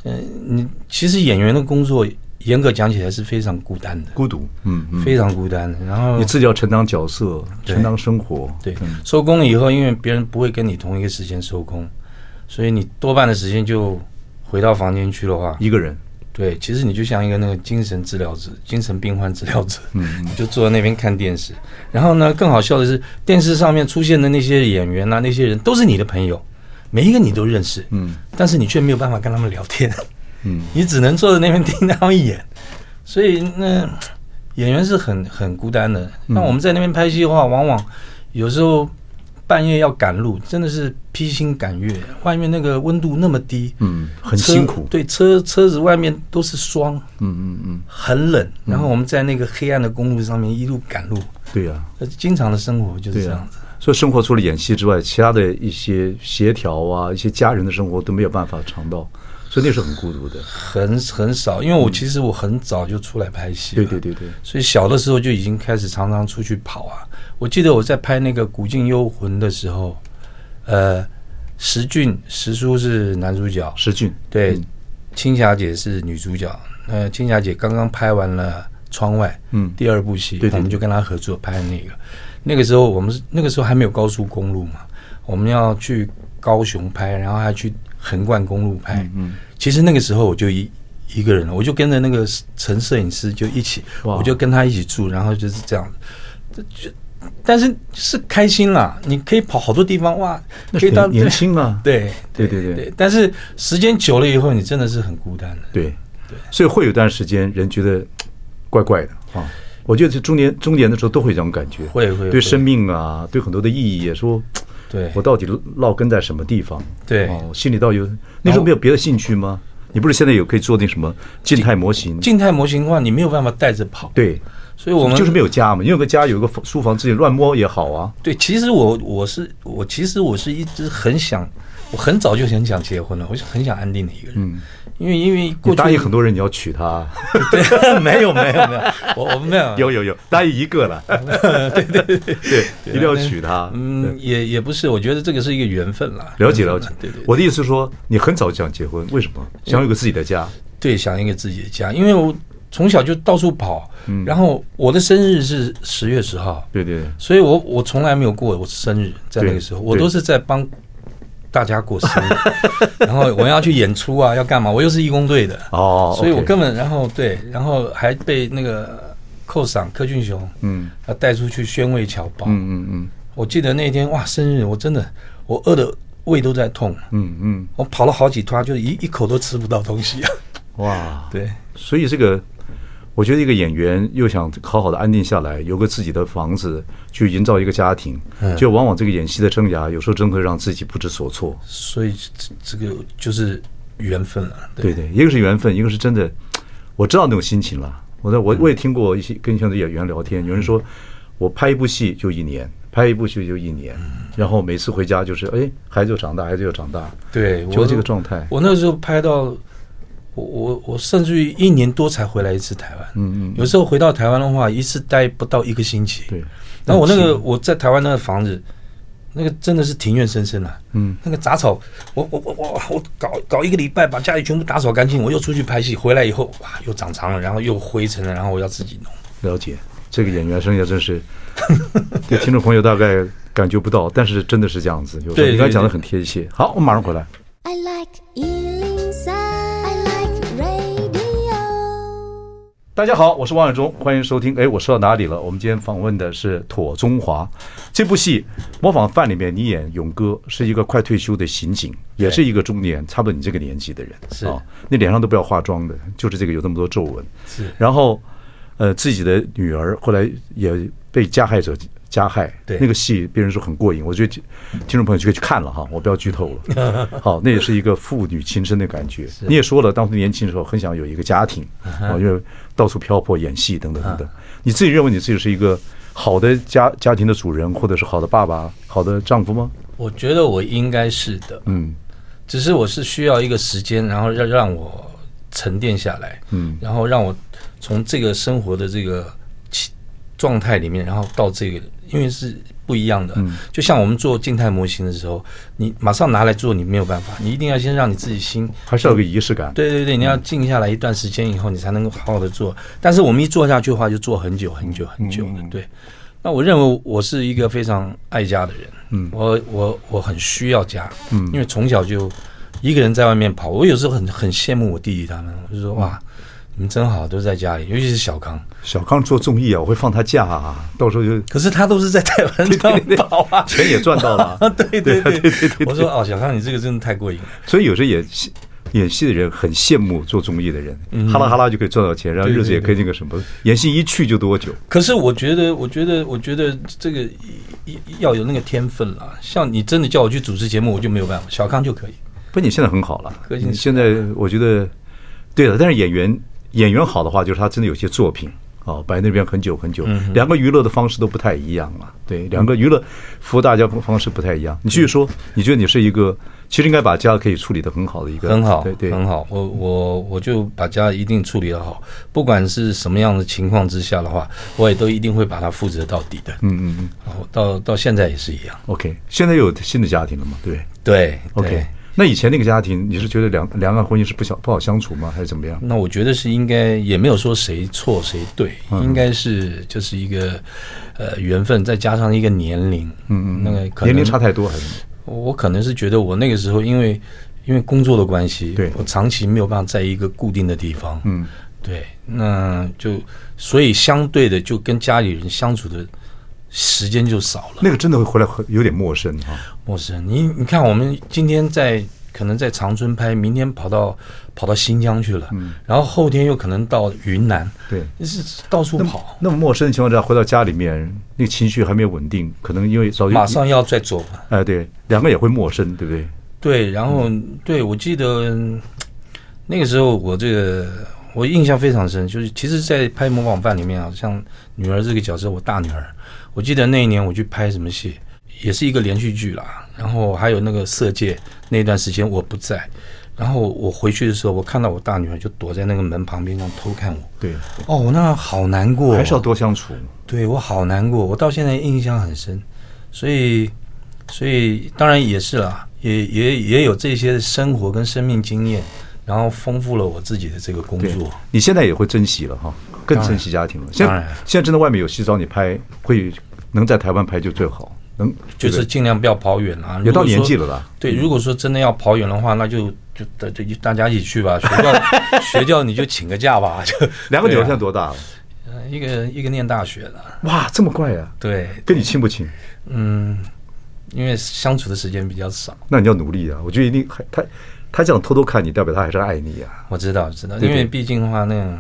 Speaker 2: 嗯、你其实演员的工作，严格讲起来是非常孤单的，
Speaker 1: 孤独，嗯嗯，
Speaker 2: 非常孤单的。然后
Speaker 1: 你自己要嗯承担角色，
Speaker 2: 对
Speaker 1: 承担生活，
Speaker 2: 对收工了以后，因为别人不会跟你同一个时间收工，所以你多半的时间就回到房间去的话，
Speaker 1: 一个人，
Speaker 2: 对，其实你就像一个那个精神治疗者、 精神病患治疗者，
Speaker 1: 嗯
Speaker 2: 你就坐在那边看电视。然后呢，更好笑的是，电视上面出现的那些演员啊，那些人都是你的朋友，每一个你都认识，
Speaker 1: 嗯，
Speaker 2: 但是你却没有办法跟他们聊天，
Speaker 1: 嗯，
Speaker 2: 你只能坐在那边听他们演。所以那演员是很很孤单的。
Speaker 1: 嗯
Speaker 2: 那我们在那边拍戏的话，往往有时候半夜要赶路，真的是披星赶月，外面那个温度那么低，
Speaker 1: 嗯，很
Speaker 2: 车
Speaker 1: 辛苦，
Speaker 2: 对，车车子外面都是霜，
Speaker 1: 嗯嗯嗯，
Speaker 2: 很冷。然后我们在那个黑暗的公路上面一路赶路，
Speaker 1: 对呀、
Speaker 2: 呃经常的生活就是
Speaker 1: 对啊
Speaker 2: 这
Speaker 1: 呀、
Speaker 2: 样子。
Speaker 1: 所以生活除了演戏之外，其他的一些协调啊，一些家人的生活都没有办法尝到，所以那是很孤独的。
Speaker 2: 很很少，因为我其实我很早就出来拍戏了，
Speaker 1: 对对对对，
Speaker 2: 所以小的时候就已经开始常常出去跑啊。我记得我在拍那个《古镜幽魂》的时候，呃，石俊石叔是男主角，
Speaker 1: 石俊，
Speaker 2: 对，青霞姐是女主角。呃，青霞姐刚刚拍完了《窗外》，
Speaker 1: 嗯
Speaker 2: 第二部戏，
Speaker 1: 对对
Speaker 2: 我们就跟她合作拍那个。那个时候我们是那个时候还没有高速公路嘛，我们要去高雄拍，然后还去横贯公路拍。嗯，其实那个时候我就一一个人了，我就跟着那个陈摄影师就一起，
Speaker 1: 哇
Speaker 2: 我就跟他一起住，然后就是这样子。这就但是是开心啦，你可以跑好多地方哇，
Speaker 1: 那
Speaker 2: 可以
Speaker 1: 是
Speaker 2: 到
Speaker 1: 年年轻啊，
Speaker 2: 对
Speaker 1: 对对对
Speaker 2: 对，但是时间久了以后，你真的是很孤单的。
Speaker 1: 对所以会有一段时间人觉得嘖怪怪的啊。我觉得这中年中年的时候都会有这种感觉，
Speaker 2: 会会
Speaker 1: 对
Speaker 2: 会
Speaker 1: 生命啊，对很多的意义也说，嘖
Speaker 2: 对
Speaker 1: 我到底落根在什么地方？
Speaker 2: 对
Speaker 1: 哦，我心里到底有那时候没有别的兴趣吗？你不是现在有可以做那什么静态模型？
Speaker 2: 静态模型的话，你没有办法带着跑，，
Speaker 1: 对，
Speaker 2: 所以我们
Speaker 1: 就是没有家嘛，你有个家，有个书房，自己乱摸也好啊。
Speaker 2: 对。其实我我是我其实我是一直很想，我很早就很想结婚了，我是很想安定的一个人，因为因为
Speaker 1: 嗯你
Speaker 2: 过去
Speaker 1: 答 应很多人你要娶她，
Speaker 2: 对，没有没有没有，我我没有
Speaker 1: 有有有，答应一个了， 对对对对，一定要娶她。
Speaker 2: 嗯，也也不是，我觉得这个是一个缘分啦，
Speaker 1: 了解
Speaker 2: 缘
Speaker 1: 了
Speaker 2: 分
Speaker 1: 解
Speaker 2: 啦，对对，对
Speaker 1: 我的意思是说，你很早就想结婚，为什么？想有个自己的家，
Speaker 2: 对，想一个自己的家，因为我从小就到处跑，
Speaker 1: 嗯
Speaker 2: 然后我的生日是十月十号，
Speaker 1: 对对，
Speaker 2: 所以我我从来没有过我生日，在那个时候，
Speaker 1: 对
Speaker 2: 我都是在帮大家过生日，然后我要去演出啊，要干嘛？我又是义工队的，
Speaker 1: 哦
Speaker 2: 所以我
Speaker 1: OK
Speaker 2: 根本然后对，然后还被那个寇赏柯俊雄，
Speaker 1: 嗯，
Speaker 2: 要带出去宣慰侨胞。
Speaker 1: 嗯嗯嗯
Speaker 2: 我记得那天哇，生日我真的我饿的胃都在痛，
Speaker 1: 嗯嗯，
Speaker 2: 我跑了好几趟，就一一口都吃不到东西啊。
Speaker 1: 哇，
Speaker 2: 对，
Speaker 1: 所以这个我觉得一个演员又想好好的安定下来，有个自己的房子，去营造一个家庭，就往往这个演戏的生涯，有时候真会让自己不知所措。
Speaker 2: 所以这这个就是缘分了。
Speaker 1: 对对，一个是缘分，一个是真的，我知道那种心情了。我在我
Speaker 2: 嗯
Speaker 1: 我也听过一些跟一些演员聊天，有人说我拍一部戏就一年，拍一部戏就一年，
Speaker 2: 嗯
Speaker 1: 然后每次回家就是哎，孩子又长大，孩子又长大，
Speaker 2: 对
Speaker 1: 就
Speaker 2: 我
Speaker 1: 这个状态。
Speaker 2: 我那时候拍到我我我甚至于一年多才回来一次台湾。嗯嗯，有时候回到台湾的话，一次待不到一个星期。
Speaker 1: 对，
Speaker 2: 然后我那个我在台湾那个房子，那个真的是庭院深深啊。嗯，那个杂草，我我我我我搞搞一个礼拜，把家里全部打扫干净，我又出去拍戏，回来以后哇，又长长了，然后又灰尘了，然后我要自己弄。
Speaker 1: 了解，这个演员生涯真 是，对听众朋友大概感觉不到，但是真的是这样子。有时候
Speaker 2: 对
Speaker 1: 你刚才
Speaker 2: 对
Speaker 1: 讲的
Speaker 2: 对
Speaker 1: 很贴切。好，我马上回来。
Speaker 3: I like Ealing Sound. I like radio.
Speaker 1: 大家好，我是王永忠，欢迎收听。哎，我说到哪里了？我们今天访问的是妥中华。这部戏《模仿犯》里面，你演勇哥是一个快退休的刑警，也是一个中年，差不多你这个年纪的人。
Speaker 2: 是
Speaker 1: 啊，那脸上都不要化妆的，就是这个有这么多皱纹。
Speaker 2: 是
Speaker 1: 然后，呃，自己的女儿后来也被加害者加害，
Speaker 2: 对
Speaker 1: 那个戏别人说很过瘾，我觉得听听众朋友就可以去看了哈，我不要剧透了。 好，那也是一个父女情深的感觉。你也说了，当初年轻的时候很想有一个家庭啊，因啊为到处漂泊、演戏等等等等。你自己认为你自己是一个好的家家庭的主人，或者是好的爸爸、好的丈夫吗？
Speaker 2: 我觉得我应该是的，嗯，只是我是需要一个时间，然后让让我沉淀下来，嗯，然后让我从这个生活的这个起状态里面，然后到这个，因为是不一样的，就像我们做静态模型的时候，你马上拿来做，你没有办法，你一定要先让你自己心
Speaker 1: 还是要有个仪式感？
Speaker 2: 对对对，你要静下来一段时间以后，你才能够好好的做。但是我们一做下去的话，就做很久很久很久的。对，那我认为我是一个非常爱家的人，嗯，我我我很需要家，嗯，因为从小就一个人在外面跑，我有时候很很羡慕我弟弟他们，我就说哇，你们真好，都在家里，尤其是小康，
Speaker 1: 小康做综艺啊，我会放他假啊，到时候就。
Speaker 2: 可是他都是在台 湾上跑啊
Speaker 1: 钱也赚到了。
Speaker 2: 对对对对对，我说哦，小康，你这个真的太过瘾了。
Speaker 1: 所以有时候演戏演戏的人很羡慕做综艺的人，
Speaker 2: 嗯
Speaker 1: 哈啦哈啦就可以赚到钱，然后日子也可以那个什么。演戏一去就多久？
Speaker 2: 可是我觉得，我觉得，我觉得这个一一要有那个天分啦。像你真的叫我去主持节目，我就没有办法。小康就可以，
Speaker 1: 不，你现在很好了，
Speaker 2: 可以
Speaker 1: 你现在我觉得对了。但是演员演员好的话，就是他真的有些作品。哦，摆那边很久很久，
Speaker 2: 嗯
Speaker 1: 两个娱乐的方式都不太一样了。对，两个娱乐服务大家方方式不太一样。你继续
Speaker 2: 嗯
Speaker 1: 说，你觉得你是一个，其实应该把家可以处理的很好的一个，
Speaker 2: 很好，
Speaker 1: 对对，
Speaker 2: 很好。我我我就把家一定处理得好，不管是什么样的情况之下的话，我也都一定会把它负责到底的。
Speaker 1: 嗯嗯嗯
Speaker 2: 然后到到现在也是一样。
Speaker 1: ，OK。现在有新的家庭了嘛？对不对。
Speaker 2: 对
Speaker 1: OK，
Speaker 2: 对
Speaker 1: 那以前那个家庭，你是觉得两两岸婚姻是不相不好相处吗？还是怎么样？
Speaker 2: 那我觉得是应该也没有说谁错谁对，
Speaker 1: 嗯
Speaker 2: 应该是就是一个呃缘分，再加上一个年龄，嗯嗯，那个可能
Speaker 1: 年龄差太多还是？
Speaker 2: 我可能是觉得我那个时候因为因为工作的关系，
Speaker 1: 对
Speaker 2: 我长期没有办法在一个固定的地方，
Speaker 1: 嗯，
Speaker 2: 对，那就所以相对的就跟家里人相处的时间就少了。
Speaker 1: 那个真的会回来很有点陌生哈、
Speaker 2: 陌生，你你看，我们今天在可能在长春拍，明天跑到跑到新疆去了，然后后天又可能到云南，
Speaker 1: 嗯对
Speaker 2: 是到处
Speaker 1: 那么
Speaker 2: 跑，
Speaker 1: 那么陌生的情况下，回到家里面，那个情绪还没有稳定，可能因为早就
Speaker 2: 马上要再走了。
Speaker 1: 哎、对，两个也会陌生，对不对？
Speaker 2: 对，然后对我记得嗯那个时候，我这个我印象非常深，就是其实，在拍《模仿犯》里面啊，像女儿这个角色，我大女儿，我记得那一年我去拍什么戏，也是一个连续剧啦，然后还有那个《色戒》那段时间我不在，然后我回去的时候，我看到我大女儿就躲在那个门旁边这样偷看我，
Speaker 1: 对，
Speaker 2: 哦，我那好难过哦，
Speaker 1: 还是要多相处。
Speaker 2: 对我好难过，我到现在印象很深，所以，所以当然也是啦，也也也有这些生活跟生命经验，然后丰富了我自己的这个工
Speaker 1: 对
Speaker 2: 作。，
Speaker 1: 你现在也会珍惜了哈，更
Speaker 2: 当然
Speaker 1: 珍惜家庭了。现在
Speaker 2: 当然
Speaker 1: 现在真的外面有戏找你拍，会能在台湾拍就最好，能
Speaker 2: 就
Speaker 1: 对
Speaker 2: 是
Speaker 1: 不对
Speaker 2: 尽量不要跑远啦。
Speaker 1: 也到
Speaker 2: 如果说
Speaker 1: 年纪了啦嗯
Speaker 2: 对，如果说真的要跑远的话，那就就大就大家一起去吧。学 校学校你就请个假吧。就
Speaker 1: 两个女儿现在
Speaker 2: 对啊
Speaker 1: 多大了？
Speaker 2: 呃一个一个念大学了，
Speaker 1: 哇，这么快呀、
Speaker 2: 对，
Speaker 1: 跟你亲不亲？
Speaker 2: 嗯，因为相处的时间比较少。
Speaker 1: 那你要努力啊！我觉得一定还他他这样偷偷看你，代表他还是爱你啊。
Speaker 2: 我知道，知道，
Speaker 1: 对
Speaker 2: 因
Speaker 1: 对
Speaker 2: 为毕竟的话，那种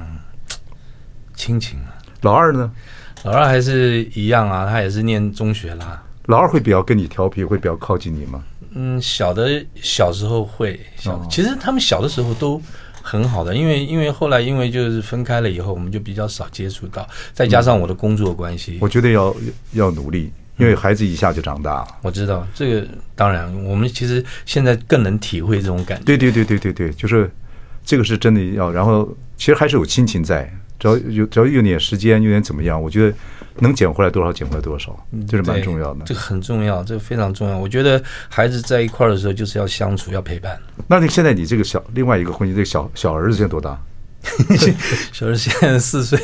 Speaker 2: 亲情啊。
Speaker 1: 老二呢？
Speaker 2: 老二还是一样啊，他也是念中学啦。
Speaker 1: 老二会比较跟你调皮，会比较靠近你吗？
Speaker 2: 嗯，小的小时候会，小
Speaker 1: 哦
Speaker 2: 其实他们小的时候都很好的，因为因为后来因为就是分开了以后，我们就比较少接触到，再加上我的工作关系，
Speaker 1: 我觉得要要努力，因为孩子一下就长大了。
Speaker 2: 我知道这个，当然我们其实现在更能体会这种感觉。
Speaker 1: 对对对对对对，就是这个是真的要，然后其实还是有亲情在，只要有只要有点时间，有点怎么样，我觉得能捡回来多少捡回来多少，这是蛮
Speaker 2: 嗯对
Speaker 1: 重要的
Speaker 2: 这。个很重要，这个非常重要。我觉得孩子在一块儿的时候，就是要相处，要 陪伴。
Speaker 1: 那你现在你这个小另外一个婚姻，这个小小儿子现在多大？
Speaker 2: 小时现在四岁，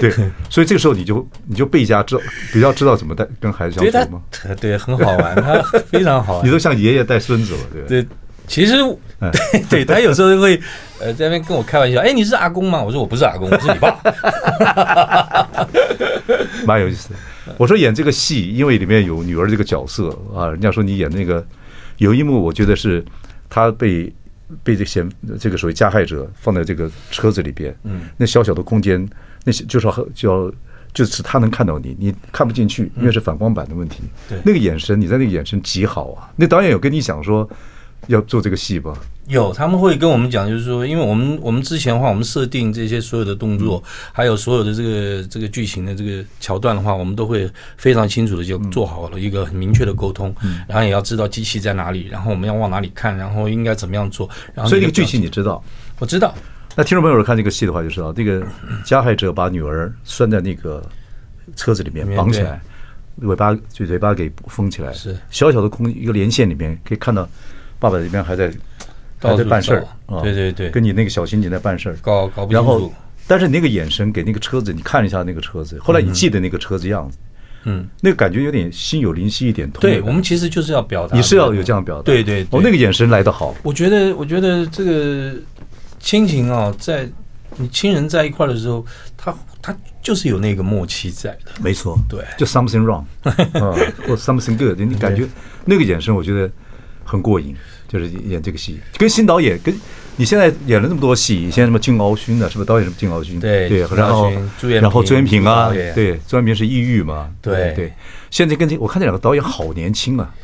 Speaker 1: 对，所以这个时候你就你就倍加知道比较知道怎么带跟孩子
Speaker 2: 对
Speaker 1: 相
Speaker 2: 他
Speaker 1: 处吗？，
Speaker 2: 对很好玩， 他非常好玩。
Speaker 1: 你都像爷爷带孙子了，对不对？
Speaker 2: 对，其实
Speaker 1: 哎
Speaker 2: 对 对，他有时候会呃在那边跟我开玩笑，哎，你是阿公吗？我说我不是阿公，我是你爸。
Speaker 1: 蛮有意思的。我说演这个戏，因为里面有女儿这个角色啊，人家说你演那个有一幕，我觉得是她被被这嫌这个所谓加害者放在这个车子里边，嗯，那小小的空间，那些就是要就要就是他能看到你，你看不进去，因为是反光板的问题。
Speaker 2: 对
Speaker 1: 那个眼神，你在那个眼神极好啊。那导演有跟你讲说要做这个戏吧？
Speaker 2: 有，他们会跟我们讲，就是说，因为我们我们之前的话，我们设定这些所有的动作，
Speaker 1: 嗯
Speaker 2: 还有所有的这个这个剧情的这个桥段的话，我们都会非常清楚的就
Speaker 1: 嗯
Speaker 2: 做好了一个很明确的沟通，然后也要知道机器在哪里，然后我们要往哪里看，然后应该怎么样做，然后
Speaker 1: 所以那个
Speaker 2: 啊你的
Speaker 1: 剧
Speaker 2: 表
Speaker 1: 情你知道。
Speaker 2: 我知道，
Speaker 1: 那听众朋友看这个戏的话，就知道那个加害者把女儿拴在那个车子里面
Speaker 2: 里面
Speaker 1: 绑起来，尾巴就嘴巴给封起来。
Speaker 2: 是
Speaker 1: 小小的空一个连线里面，可以看到爸爸这边还在
Speaker 2: 到
Speaker 1: 还
Speaker 2: 处
Speaker 1: 在办事儿
Speaker 2: 找
Speaker 1: 啊
Speaker 2: 对对对
Speaker 1: 跟你那个小刑警在办事儿，
Speaker 2: 搞搞不清
Speaker 1: 然后
Speaker 2: 楚，
Speaker 1: 但是你那个眼神给那个车子，你看一下那个车子，后来你记得那个车子样子，
Speaker 2: 嗯，
Speaker 1: 那个感觉有点心有灵犀一点通的感
Speaker 2: 对
Speaker 1: 觉。
Speaker 2: 我们其实就是要表达，
Speaker 1: 你是要有这样表达，
Speaker 2: 对对，对
Speaker 1: 哦，那个眼神来得好，
Speaker 2: 我觉得，我觉得这个亲情啊、在你亲人在一块儿的时候，他他就是有那个默契在的。
Speaker 1: 没错，
Speaker 2: 对
Speaker 1: 就 something wrong 啊，或 something good，你感觉那个眼神，我觉得很过瘾，就是演这个戏，跟新导演跟。你现在演了那么多戏，以前什么敬敖勋啊，是不是导演什么敬敖勋？
Speaker 2: 对
Speaker 1: 对，
Speaker 2: 敬敖勋
Speaker 1: 然后
Speaker 2: 朱延平
Speaker 1: 然后朱延平啊
Speaker 2: 朱导，演
Speaker 1: 对，朱延平是抑郁嘛？
Speaker 2: 对
Speaker 1: 对，现在跟这我看这两个导演好年轻啊，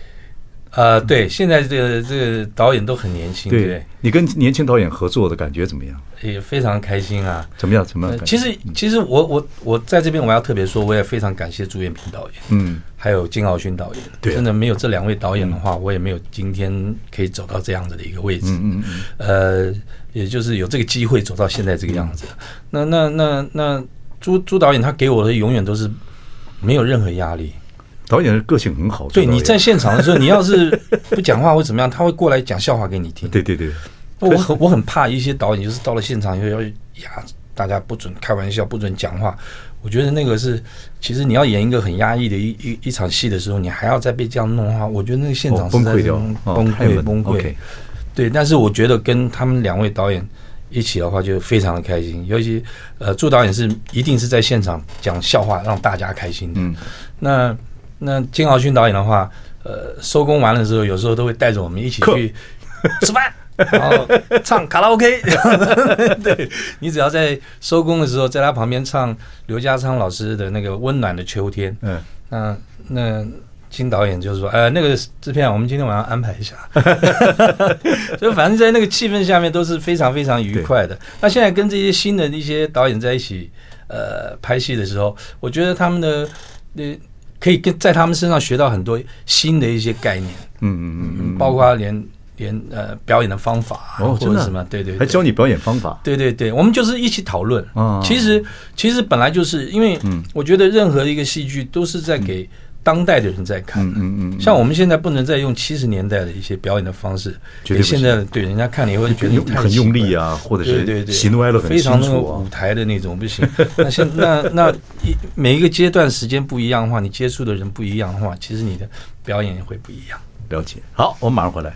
Speaker 2: 呃，
Speaker 1: 嗯
Speaker 2: 对，现在这个这个导演都很年轻，对，
Speaker 1: 你跟年轻导演合作的感觉怎么样？
Speaker 2: 也非常开心啊。
Speaker 1: 怎么样？怎么
Speaker 2: 呃
Speaker 1: 样？
Speaker 2: 其实，其实我我我在这边我要特别说，我也非常感谢朱延平导演，
Speaker 1: 嗯，
Speaker 2: 还有金浩勋导演。
Speaker 1: 对啊
Speaker 2: 真的没有这两位导演的话，我也没有今天可以走到这样子的一个位置。
Speaker 1: 嗯嗯嗯
Speaker 2: 呃，也就是有这个机会走到现在这个样子。那那那那朱朱导演他给我的永远都是没有任何压力。
Speaker 1: 导演个性很好，
Speaker 2: 对，
Speaker 1: 朱导演
Speaker 2: 你在现场的时候，你 要是不讲话或怎么样，他会过来讲笑话给你听。
Speaker 1: 对对对，
Speaker 2: 我很我很怕一些导演，就是到了现场以后要呀，大家不准开玩笑，不准讲话。我觉得那个是，其实你要演一个很压抑的一一一场戏的时候，你还要再被这样弄的啊话，我觉得那个现场
Speaker 1: 哦崩溃
Speaker 2: 实在是嗯
Speaker 1: 掉哦
Speaker 2: 崩
Speaker 1: 太冷
Speaker 2: 溃崩溃
Speaker 1: OK。
Speaker 2: 对，但是我觉得跟他们两位导演一起的话，就非常的开心。尤其呃，朱导演是一定是在现场讲笑话，让大家开心的。
Speaker 1: 嗯，
Speaker 2: 那那金浩勋导演的话，呃，收工完了之后，有时候都会带着我们一起去吃饭，然后唱卡拉 OK。对你只要在收工的时候，在他旁边唱刘家昌老师的那个《温暖的秋天》，
Speaker 1: 嗯，
Speaker 2: 那那金导演就是说，呃，那个制片啊，我们今天晚上安排一下， 就反正在那个气氛下面都是非常非常愉快的。那现在跟这些新的一些导演在一起，呃，拍戏的时候，我觉得他们的呃。可以跟在他们身上学到很多新的一些概念，
Speaker 1: 嗯嗯嗯嗯，
Speaker 2: 包括连连呃表演的方法啊，
Speaker 1: 哦，
Speaker 2: 或
Speaker 1: 真
Speaker 2: 者
Speaker 1: 的
Speaker 2: 什么，对对，对
Speaker 1: 还教你表演方法，
Speaker 2: 对对对，我们就是一起讨论。
Speaker 1: 啊
Speaker 2: 其实其实本来就是因为，
Speaker 1: 嗯
Speaker 2: 我觉得任何一个戏剧都是在给当代的人在看
Speaker 1: 嗯
Speaker 2: 的。
Speaker 1: 嗯嗯嗯
Speaker 2: 像我们现在不能再用七十年代的一些表演的方式，
Speaker 1: 绝对
Speaker 2: 给
Speaker 1: 不行
Speaker 2: 现在的对人家看了以后就觉得你
Speaker 1: 用
Speaker 2: 太
Speaker 1: 很用力
Speaker 2: 啊。
Speaker 1: 啊，或者
Speaker 2: 对对
Speaker 1: 是
Speaker 2: 对，
Speaker 1: 喜怒哀乐很
Speaker 2: 非
Speaker 1: 清
Speaker 2: 常那个
Speaker 1: 楚啊
Speaker 2: 舞。台的那种不行。那现 那那一每一个阶段时间不一样的话，你接触的人不一样的话，其实你的表演也会不一样。
Speaker 1: 了解。好，我们马上回来。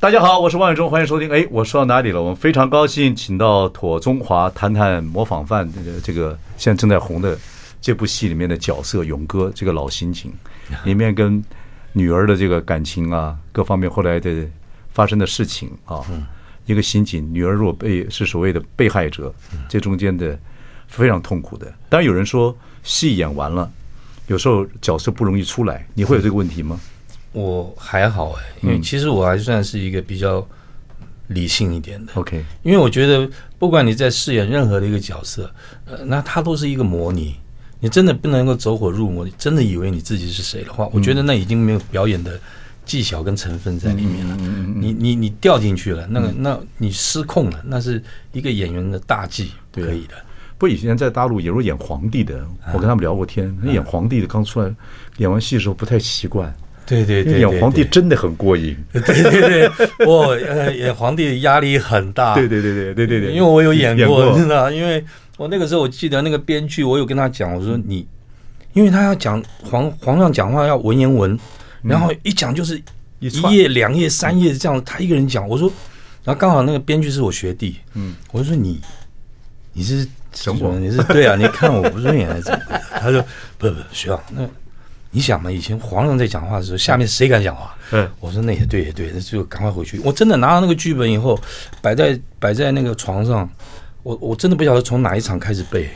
Speaker 1: 大家好，我是万永忠，欢迎收听。哎，我说到哪里了？我们非常高兴，请到妥中华谈谈《模仿犯》这个这个现在正在红的这部戏里面的角色勇哥，这个老刑警，里面跟女儿的这个感情啊，各方面后来的发生的事情啊，一个刑警，女儿如果被是所谓的被害者，这中间的非常痛苦的。当然有人说戏演完了，有时候角色不容易出来，你会有这个问题吗？
Speaker 2: 我还好哎，
Speaker 1: 嗯
Speaker 2: 因为其实我还算是一个比较理性一点的。
Speaker 1: OK
Speaker 2: 因为我觉得不管你在饰演任何的一个角色，呃，那它都是一个模拟。你真的不能够走火入魔，你真的以为你自己是谁的话，我觉得那已经没有表演的技巧跟成分在里面了。你你你掉进去了，那个那你失控了，那是一个演员的大忌，
Speaker 1: 对啊
Speaker 2: 可以的。
Speaker 1: 不，以前在大陆也有演皇帝的，
Speaker 2: 啊
Speaker 1: 我跟他们聊过天。那演皇帝的刚出来，演完戏的时候不太习惯，
Speaker 2: 对对
Speaker 1: 因
Speaker 2: 对，
Speaker 1: 为演皇帝
Speaker 2: 对
Speaker 1: 真的很过瘾。
Speaker 2: 对对对，我呃演皇帝压力很大，
Speaker 1: 对对对对对对对，
Speaker 2: 啊因为我有演过，
Speaker 1: 过
Speaker 2: 真的，因为我那个时候我记得那个编剧，我有跟他讲，我说
Speaker 1: 嗯
Speaker 2: 你，因为他要讲皇皇上讲话要文言文，然后一讲就是
Speaker 1: 嗯一
Speaker 2: 一
Speaker 1: 串
Speaker 2: 页、两页、三页这样，他一个人讲，我说，然后刚好那个编剧是我学弟，嗯，我就说你你是什
Speaker 1: 我
Speaker 2: 么？你是对啊，你看我不顺眼还是怎么的？他说不不，学长，那你想嘛，以前皇上在讲话的时候，下面谁敢讲话？
Speaker 1: 嗯
Speaker 2: 我说那也对也对，那就赶快回去。我真的拿到那个剧本以后，摆在摆在那个床上，我我真的不晓得从哪一场开始背，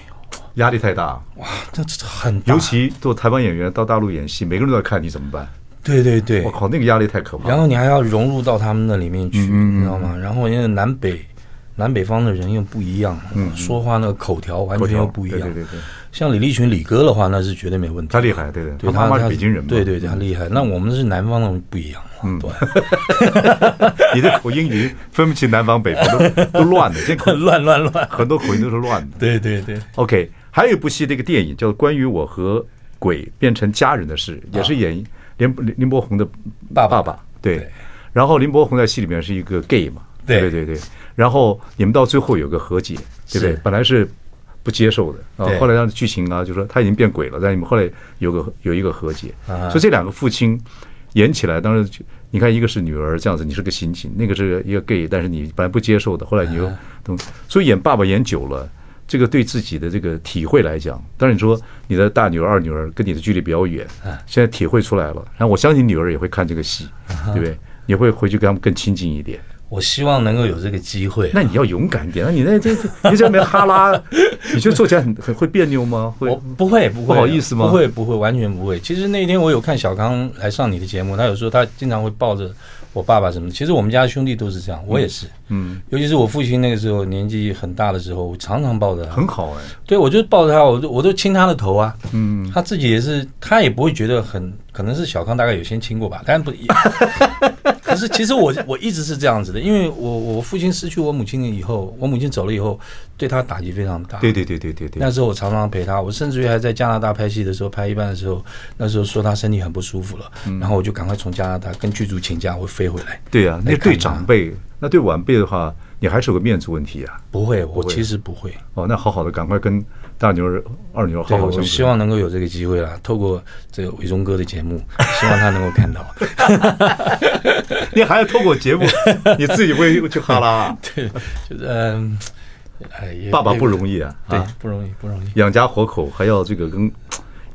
Speaker 1: 压力太大，
Speaker 2: 哇，那这很大
Speaker 1: 尤其做台湾演员到大陆演戏，每个人都在看你怎么办？
Speaker 2: 对对对
Speaker 1: 我，靠，嗯那个压力太可怕
Speaker 2: 然
Speaker 1: 了。
Speaker 2: 后你还要融入到他们那里面去，你知道吗？然后因为南北南北方的人又不一样，
Speaker 1: 嗯
Speaker 2: 说话那个口条完全又不一样。
Speaker 1: 对对对对
Speaker 2: 像李立群李哥的话，那是绝对没问题。
Speaker 1: 他厉害，对对，
Speaker 2: 对，
Speaker 1: 他妈妈
Speaker 2: 他
Speaker 1: 是北京人嘛，嗯
Speaker 2: 对对，对他厉害。那我们是南方的不一样嘛，对，
Speaker 1: 你的口音已经分不清南方北方，都 都乱的，现在口
Speaker 2: 乱 乱乱。
Speaker 1: 很多口音都是乱的。
Speaker 2: 对对对，
Speaker 1: OK，还有一部戏的一个电影叫《关于我和鬼变成家人的事》，也是演林林林柏宏的
Speaker 2: 啊爸
Speaker 1: 爸
Speaker 2: 爸
Speaker 1: 爸。对
Speaker 2: 对，
Speaker 1: 然后林柏宏在戏里面是一个 gay 嘛，
Speaker 2: 对
Speaker 1: 对对对。然后你们到最后有个和解，对不对
Speaker 2: 是？
Speaker 1: 本来是不接受的啊
Speaker 2: 对，
Speaker 1: 后来让剧情啊，就说他已经变鬼了，但你们后来有个有一个和解，
Speaker 2: 啊
Speaker 1: 所以这两个父亲演起来，当然就你看一个是女儿这样子，你是个刑警，那个是一个 gay，但是你本来不接受的，后来你又
Speaker 2: 啊
Speaker 1: 懂，所以演爸爸演久了。这个对自己的这个体会来讲，当然你说你的大女儿、二女儿跟你的距离比较远，
Speaker 2: 啊
Speaker 1: 现在体会出来了。然后我相信女儿也会看这个戏，对不对？也会回去跟他们更亲近一点。
Speaker 2: 我希望能够有这个机会。
Speaker 1: 那你要勇敢一点，那你那这 这你这边哈拉，你觉得做起来很很会别扭吗？会
Speaker 2: 我哦不会，不会，
Speaker 1: 不好意思吗
Speaker 2: 不会，不会，完全不会。其实那天我有看小康来上你的节目，他有时候他经常会抱着我爸爸什么的。其实我们家兄弟都是这样，我也是，嗯，尤其是我父亲那个时候年纪很大的时候，我常常抱着他
Speaker 1: 很，好哎，
Speaker 2: 对我就抱着他，我就我都亲他的头啊，嗯，他自己也是，他也不会觉得很，可能是小康大概有先亲过吧，但不， 可是其实我我一直是这样子的，因为我我父亲失去我母亲以后，我母亲走了以后，对他打击非常大，
Speaker 1: 对对对对对对
Speaker 2: 那，时候我常常陪他，我甚至于还在加拿大拍戏的时候，拍一半的时候，那时候说他身体很不舒服了，
Speaker 1: 嗯
Speaker 2: 然后我就赶快从加拿大跟剧组请假，我飞回来。
Speaker 1: 对啊，那
Speaker 2: 来看
Speaker 1: 对
Speaker 2: 他
Speaker 1: 长辈，那对晚辈的话，你还是有个面子问题啊。
Speaker 2: 不会，我其实不会。
Speaker 1: 哦，那好好的，赶快跟大牛儿、二牛儿好
Speaker 2: 对，
Speaker 1: 好
Speaker 2: 我
Speaker 1: 相
Speaker 2: 希
Speaker 1: 处。
Speaker 2: 望能够有这个机会啦，透过这个伟忠哥的节目，希望他能够 看到。
Speaker 1: 你还要透过节目，你自己会去哈拉啊，
Speaker 2: 对，就是嗯，哎，也
Speaker 1: 爸爸不容易啊，
Speaker 2: 对
Speaker 1: 啊，
Speaker 2: 不容易，不容易。
Speaker 1: 养家活口，还要这个跟，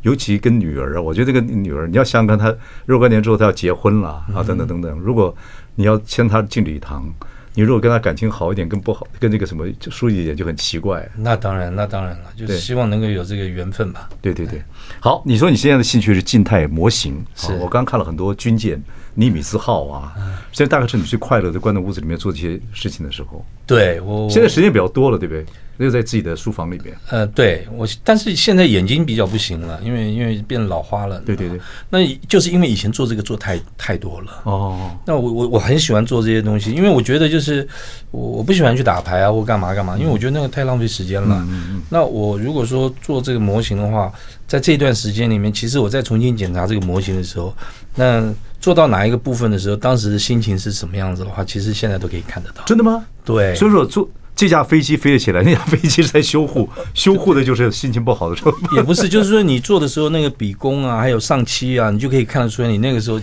Speaker 1: 尤其跟女儿啊，我觉得这个女儿，你要想想看，她若干年之后她要结婚了啊，等等等等，如果你要牵她进礼堂，你如果跟她感情好一点，跟不好，跟这个什么疏离一点就很奇怪。
Speaker 2: 那当然，那当然了，就
Speaker 1: 对
Speaker 2: 是希望能够有这个缘分吧。
Speaker 1: 对对对，好，你说你现在的兴趣是静态模型，
Speaker 2: 是
Speaker 1: 啊我刚看了很多军舰，尼米兹号啊，现在大概是你最快乐的关在屋子里面做这些事情的时候。
Speaker 2: 对我
Speaker 1: 现在时间比较多了，对不对？又在自己的书房里面，
Speaker 2: 呃，对我，但是现在眼睛比较不行了，因为因为变老花了。
Speaker 1: 对对对，
Speaker 2: 那就是因为以前做这个做太太多了。
Speaker 1: 哦，
Speaker 2: 那我我我很喜欢做这些东西，因为我觉得就是我我不喜欢去打牌啊或干嘛干嘛，因为我觉得那个太浪费时间了。
Speaker 1: 嗯
Speaker 2: 那我如果说做这个模型的话，在这段时间里面，其实我在重新检查这个模型的时候，那做到哪一个部分的时候，当时的心情是什么样子的话，其实现在都可以看得到。
Speaker 1: 真的吗？
Speaker 2: 对，
Speaker 1: 所以说坐这架飞机飞得起来，那架飞机是在修护， 修护的就是心情不好的 时候。
Speaker 2: 也不是，就是说你做的时候那个笔工啊，还有上漆啊，你就可以看得出来你那个时候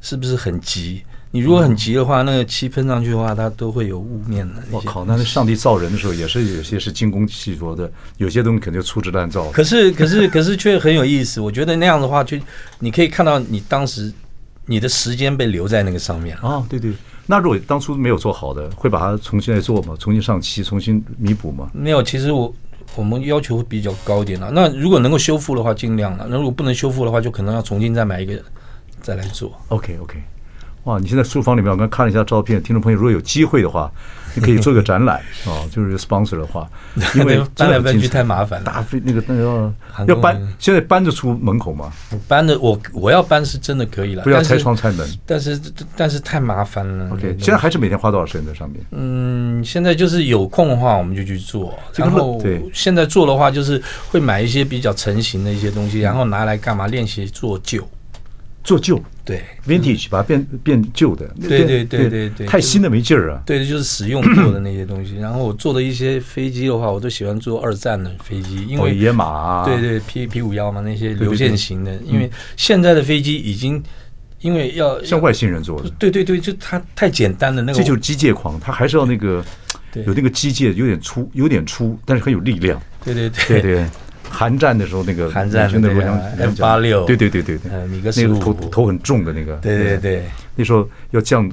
Speaker 2: 是不是很急。你如果很急的话，那个漆喷上去的话，它都会有雾面的。
Speaker 1: 我靠，那是上帝造人的时候也是有些是精工细琢的，有些东西肯定就粗制滥造。
Speaker 2: 可是可是可是却很有意思。我觉得那样的话，就你可以看到你当时你的时间被留在那个上面了。
Speaker 1: 啊，对对，那如果当初没有做好的，会把它重新来做吗？重新上漆，重新弥补吗？
Speaker 2: 没有，其实我我们要求比较高一点啊了。那如果能够修复的话，尽量了；啊那如果不能修复的话，就可能要重新再买一个再来做。
Speaker 1: OK OK，哇！你现在书房里面，我刚看了一下照片，听众朋友如果有机会的话，你可以做个展 览啊，就是 sponsor 的话，因为真的
Speaker 2: 搬来
Speaker 1: 很
Speaker 2: 搬
Speaker 1: 精
Speaker 2: 去
Speaker 1: 彩
Speaker 2: 太麻烦了，
Speaker 1: 大飞那个那个
Speaker 2: 航
Speaker 1: 要
Speaker 2: 空
Speaker 1: 搬
Speaker 2: 那个，
Speaker 1: 现在搬得出门口吗？
Speaker 2: 搬的我我要搬是真的可以了，
Speaker 1: 不要
Speaker 2: 但是
Speaker 1: 拆窗拆门。
Speaker 2: 但是但是太麻烦了。
Speaker 1: OK，
Speaker 2: 那个
Speaker 1: 现在还是每天花多少时间在上面？
Speaker 2: 嗯，现在就是有空的话我们就去做，
Speaker 1: 这个
Speaker 2: 然后
Speaker 1: 对
Speaker 2: 现在做的话就是会买一些比较成型的一些东
Speaker 1: 嗯
Speaker 2: 西，然后拿来干嘛练习做旧。
Speaker 1: 做旧
Speaker 2: 对
Speaker 1: vintage，把它变变旧的。那
Speaker 2: 嗯对对
Speaker 1: 变
Speaker 2: 对对对
Speaker 1: 太新的没劲儿啊。
Speaker 2: 对，就是使用过的那 些东西。然后我做的一些飞机的话，我都喜欢做二战的飞机，因
Speaker 1: 哦，
Speaker 2: 为
Speaker 1: 野马啊，
Speaker 2: 对对 P P 五幺嘛那些
Speaker 1: 对嗯
Speaker 2: 流线型的，因为现在的飞机已经因为要
Speaker 1: 像外星人做的，
Speaker 2: 对对对，就它太简单了，那个
Speaker 1: 这就是机械狂，他还是要那个
Speaker 2: 对
Speaker 1: 有那个机械，有点粗，有点粗，但是很有力量。
Speaker 2: 对对
Speaker 1: 对
Speaker 2: 对
Speaker 1: 对，韩战的时候那个
Speaker 2: 韩战的
Speaker 1: 那个
Speaker 2: 对啊 F-86
Speaker 1: 对对对对对，
Speaker 2: 呃米格
Speaker 1: 那个
Speaker 2: 15
Speaker 1: 头头很重的那个，
Speaker 2: 对啊对对，
Speaker 1: 那时候要降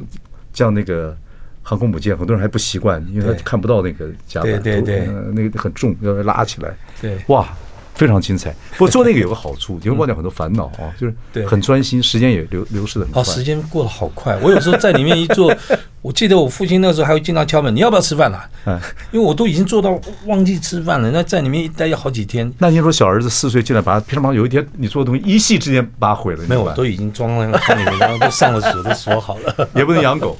Speaker 1: 降那个航空母舰，很多人还不习惯，因为
Speaker 2: 对
Speaker 1: 他看不到那个甲板，
Speaker 2: 对对
Speaker 1: 头
Speaker 2: 对
Speaker 1: 呃那个很重，要拉起来。
Speaker 2: 对
Speaker 1: 哇，非常精彩。不 过做那个有个好处，你会忘掉很多烦恼啊，就是
Speaker 2: 嗯对
Speaker 1: 很专心，时间也流流逝的很快
Speaker 2: 哦，。时间过得好快。我有时候在里面一 坐，我记得我父亲那时候还会经常敲门，你要不要吃饭啦、
Speaker 1: 嗯
Speaker 2: 因为我都已经做到忘记吃饭了，那在里面一待要好几天，
Speaker 1: 那你说小儿子四岁进来，把他平常有一天你做的东西一夕之间把它毁了，你
Speaker 2: 没有，
Speaker 1: 怎么
Speaker 2: 我
Speaker 1: 办
Speaker 2: 都已经装在那个筐里面，然后都上了锁，都锁好 了。
Speaker 1: 也不 能养狗，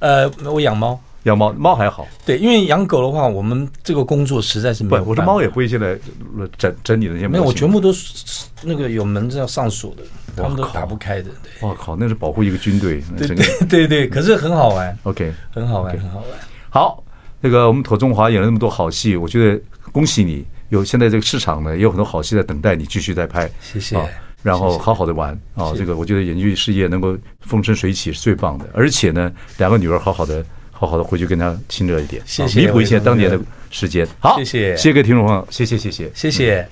Speaker 2: 呃，我养猫，
Speaker 1: 养猫猫还好，
Speaker 2: 对，因为养狗的话，我们这个工作实在是
Speaker 1: 不
Speaker 2: 没有，。
Speaker 1: 我说猫也不会进来呃整整你的那些模
Speaker 2: 没
Speaker 1: 型。
Speaker 2: 有，我全部都是那个有门是要上锁的，他们都打不开的。
Speaker 1: 哇靠，那是保护一个军队，
Speaker 2: 对
Speaker 1: 整
Speaker 2: 对
Speaker 1: 个
Speaker 2: 对对对，可是很好玩，
Speaker 1: OK。
Speaker 2: 很好玩，很好玩。
Speaker 1: 好，那个我们妥中华演了那么多好戏，我觉得恭喜你，有现在这个市场呢，也有很多好戏在等待你继续在拍，
Speaker 2: 谢谢
Speaker 1: 啊然后好好的玩啊，这个我觉得演艺事业能够风生水起是最棒的，而且呢，两个女儿好好的。好好的回去跟她亲热一点，
Speaker 2: 谢谢
Speaker 1: 啊弥补一些
Speaker 2: 伟东
Speaker 1: 当年
Speaker 2: 哥
Speaker 1: 的时间。好，
Speaker 2: 谢谢
Speaker 1: 谢谢各位听众朋友，谢谢，谢谢。
Speaker 2: 谢谢。